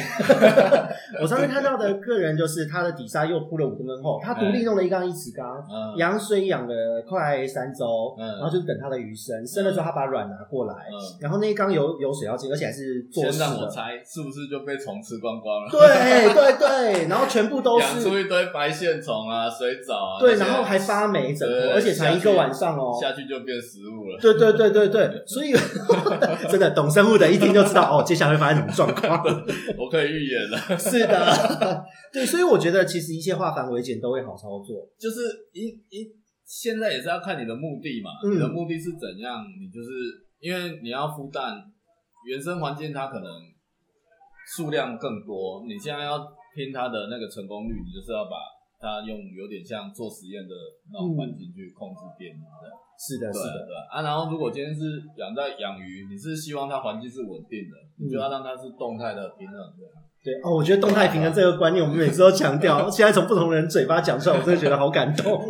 S1: 我上次看到的个人就是他的底下又铺了五公分厚，他独立弄了一缸一尺缸，
S2: 嗯
S1: 羊水养了快三周，
S2: 嗯
S1: 然后就是等它的鱼生，生了之后他把卵拿过来，
S2: 嗯，
S1: 然后那一缸有有水要进，而且还是做
S2: 先
S1: 事
S2: 让我
S1: 的。
S2: 猜是不是就被虫吃光光了？
S1: 对对对，然后全部都
S2: 养出
S1: 是
S2: 一堆白线虫啊、水藻啊，
S1: 对，
S2: 那些
S1: 然后还发霉整
S2: 对
S1: 坨，
S2: 对
S1: 而且才一个晚上哦、
S2: 下去就变食物了。
S1: 对对对对对，所以 真的懂生物的一听就知道哦，接下来会发生什么状 况。
S2: 我可以预言了，
S1: 是的，对，所以我觉得其实一切化繁为简都会好操作。
S2: 就是一一现在也是要看你的目的嘛，
S1: 嗯
S2: 你的目的是怎样，你就是因为你要孵蛋，原生环境它可能数量更多，你现在要拼它的那个成功率，你就是要把它用有点像做实验的那种环境去控制变异的。
S1: 是的，是
S2: 对啊
S1: 的，
S2: 对啊啊，然后如果今天是养在养鱼，你是希望它环境是稳定的，你就要让它是动态的平衡的。
S1: 对哦，我觉得动态平衡这个观念，我们每次都强调，现在从不同人嘴巴讲出来，我真的觉得好感动。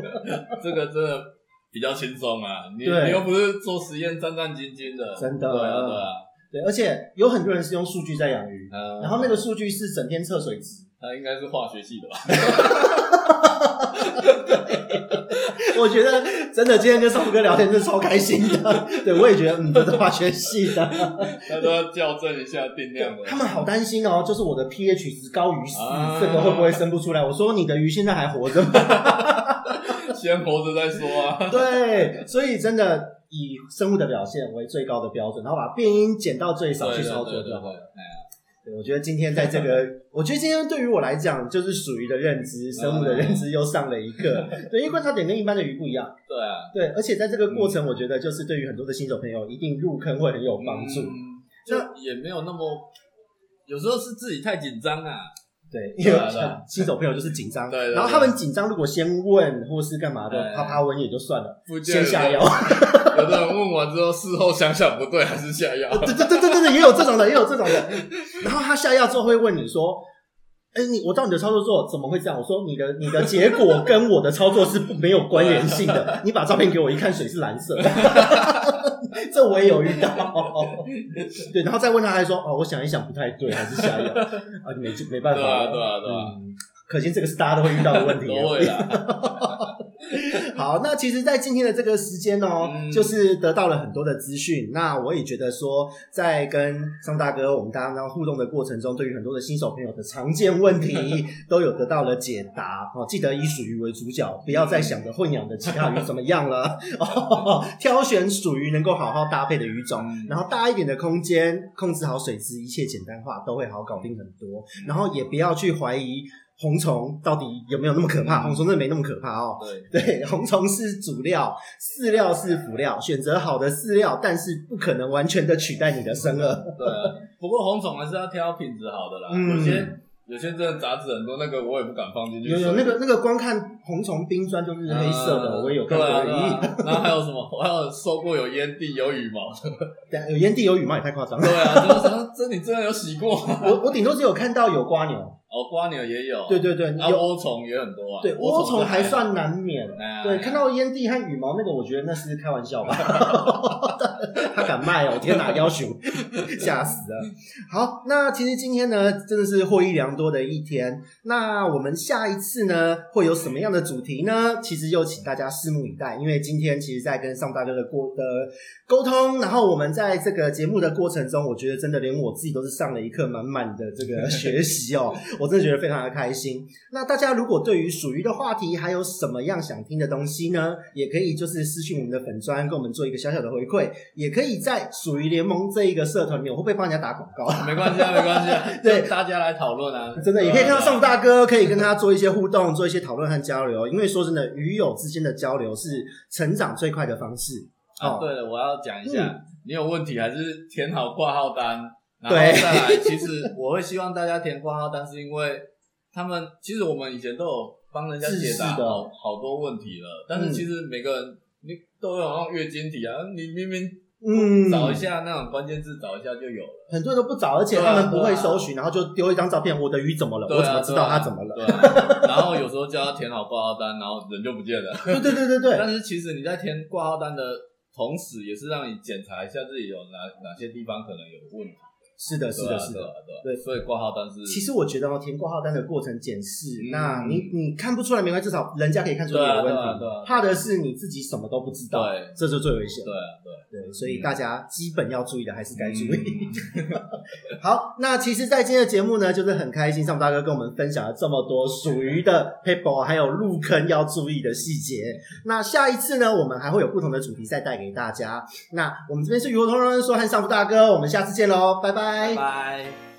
S2: 这个真的比较轻松啊，你
S1: 对
S2: 你又不是做实验战战兢兢的，
S1: 真的
S2: 对啊对啊，
S1: 对，而且有很多人是用数据在养鱼，
S2: 嗯，
S1: 然后那个数据是整天测水值，
S2: 他应该是化学系的吧？
S1: 我觉得真的今天跟少福哥聊天真的超开心的。对，我也觉得嗯，都是化学系的。
S2: 他都要校正一下定量的，
S1: 他们好担心哦，就是我的 pH 值高于四、
S2: 啊
S1: 这个会不会生不出来？我说你的鱼现在还活着吗？
S2: 先活着再说啊。
S1: 对，所以真的以生物的表现为最高的标准，然后把变音减到最少去操作
S2: 对
S1: 就好。
S2: 对对哎
S1: 对，我觉得今天在这个，我觉得今天对于我来讲，就是属于的认知，生物的认知又上了一
S2: 啊
S1: 课。对，因为观察点跟一般的鱼不一样。
S2: 对啊，
S1: 对，而且在这个过
S2: 嗯
S1: 程，我觉得就是对于很多的新手朋友，一定入坑会很有帮助。
S2: 嗯就也没有那么，有时候是自己太紧张啊。
S1: 对，因为
S2: 对啊对啊
S1: 新手朋友就是紧张，
S2: 对对对
S1: 然后他们紧张，如果先问或是干嘛的，
S2: 对
S1: 啪啪问也就算了，
S2: 不见
S1: 先
S2: 得
S1: 下药。
S2: 有的人问完之后，事后想想不对，还是 下药。
S1: 呃对对对对对对，也有这种的，也有这种的。然后他下药之后会问你说：“哎、你我照你的操作做，怎么会这样？”我说：“你的你的结果跟我的操作是不没有关联性的。你把照片给我一看，水是蓝色的。 这我也有遇到。对，然后再问他，还说：“哦，我想一想，不太对，还是下药啊，没没办法。”
S2: 对啊对啊对啊
S1: 嗯可见这个是大家都会遇到的问题、
S2: 都
S1: 哦。
S2: 会啊啦，
S1: 好，那其实，在今天的这个时间哦，
S2: 嗯
S1: 就是得到了很多的资讯。那我也觉得说，在跟张大哥我们大家互动的过程中，对于很多的新手朋友的常见问 题都有得到了解答哦。记得以属于为主角，不要再想着混养的其他鱼怎么样了哦，挑选属于能够好好搭配的鱼种，
S2: 嗯
S1: 然后大一点的空间，控制好水质，一切简单化都会好搞定很多。
S2: 嗯
S1: 然后也不要去怀疑。红虫到底有没有那么可怕？
S2: 嗯
S1: 红虫真的没那么可怕哦。
S2: 对，
S1: 对，红虫是主料，饲料是辅料，选择好的饲料，但是不可
S2: 嗯
S1: 能完全的取代你的生饵。
S2: 对啊，不过红种还是要挑品质好的啦。
S1: 嗯
S2: 有些有些真的杂质很多，那个我也不敢放进去
S1: 有
S2: 水。
S1: 有那个那个光看红虫冰砖就是黑色的，我也有看过。
S2: 对啊对
S1: 咦
S2: 啊然后还有什么？我 还有收过有烟蒂、有羽毛 的。
S1: 等下有烟呃蒂有羽毛也太夸张了。
S2: 对啊，就是想说这你真的有洗过？
S1: 我我顶多只有看到有瓜牛，
S2: 哦，瓜鸟也有。
S1: 对对对，
S2: 啊，
S1: 有
S2: 涡虫也很多啊。
S1: 对
S2: 涡
S1: 涡虫还
S2: 还好。
S1: 算难免。
S2: 哎
S1: 对，看到烟蒂和羽毛那个，我觉得那是开玩笑吧。他敢卖哦！天哪，要求吓死了。好，那其实今天呢，真的是获益良多的一天。那我们下一次呢，会有什么样的主题呢？其实就请大家拭目以待，因为今天其实在跟上大哥的过的沟通，然后我们在这个节目的过程中，我觉得真的连我自己都是上了一课满满的这 个学习哦，我真的觉得非常的开心。那大家如果对于属于的话题还有什么样想听的东西呢？也可以就是私讯我们的粉砖，跟我们做一个小小的回馈，也可以在属于联盟这一个社团里面，我会不会帮人家打广告？
S2: 没关系啊，没关系啊，
S1: 对
S2: 就大家来讨论啊，
S1: 真的也可以看到
S2: 对啊
S1: 宋大哥，可以跟他做一些互动，做一些讨论和交流。因为说真的，鱼友之间的交流是成长最快的方式。哦
S2: 啊，对了，我要讲一
S1: 嗯
S2: 下，你有问题还是填好挂号单，然后
S1: 对
S2: 再来。其实我会希望大家填挂号单，是因为他们其实我们以前都有帮人家解答
S1: 是是的
S2: 好好多问题了，但是
S1: 嗯
S2: 其实每个人你都有那种月经题啊，你明明
S1: 嗯，
S2: 找一下那种关键字找一下就有 了，
S1: 很多人都不找，而且
S2: 对啊
S1: 他们不会搜寻，然后就丢一张照片，我的鱼怎么了？
S2: 对啊
S1: 我怎么知道它怎么了？
S2: 对啊。然后有时候叫他填好挂号单，然后人就不见了。
S1: 对对对对对，
S2: 但是其实你在填挂号单的同时，也是让你检查一下自己有哪哪些地方可能有问题。
S1: 是的，是
S2: 对啊
S1: 的，是的
S2: 对。啊对啊
S1: 对
S2: 所以挂号单是
S1: 其实我觉得哦，填挂号单的过程检视，
S2: 嗯
S1: 那你你看不出来没关系，至少人家可以看出你
S2: 对啊
S1: 有问题。
S2: 对啊对啊
S1: 怕的是你自己什么都不知道，
S2: 对
S1: 这就最危险。
S2: 对啊对啊，
S1: 对，所以大家基本要注意的还是该注
S2: 嗯
S1: 意。好，那其实，在今天的节目呢，就是很开心，上大哥跟我们分享了这么多属于的 paper 还有入坑要注意的细节。那下一次呢，我们还会有不同的主题再带给嗯大家。那我们这边是鱼活通人说和上福大哥，我们下次见喽，拜
S2: 拜拜。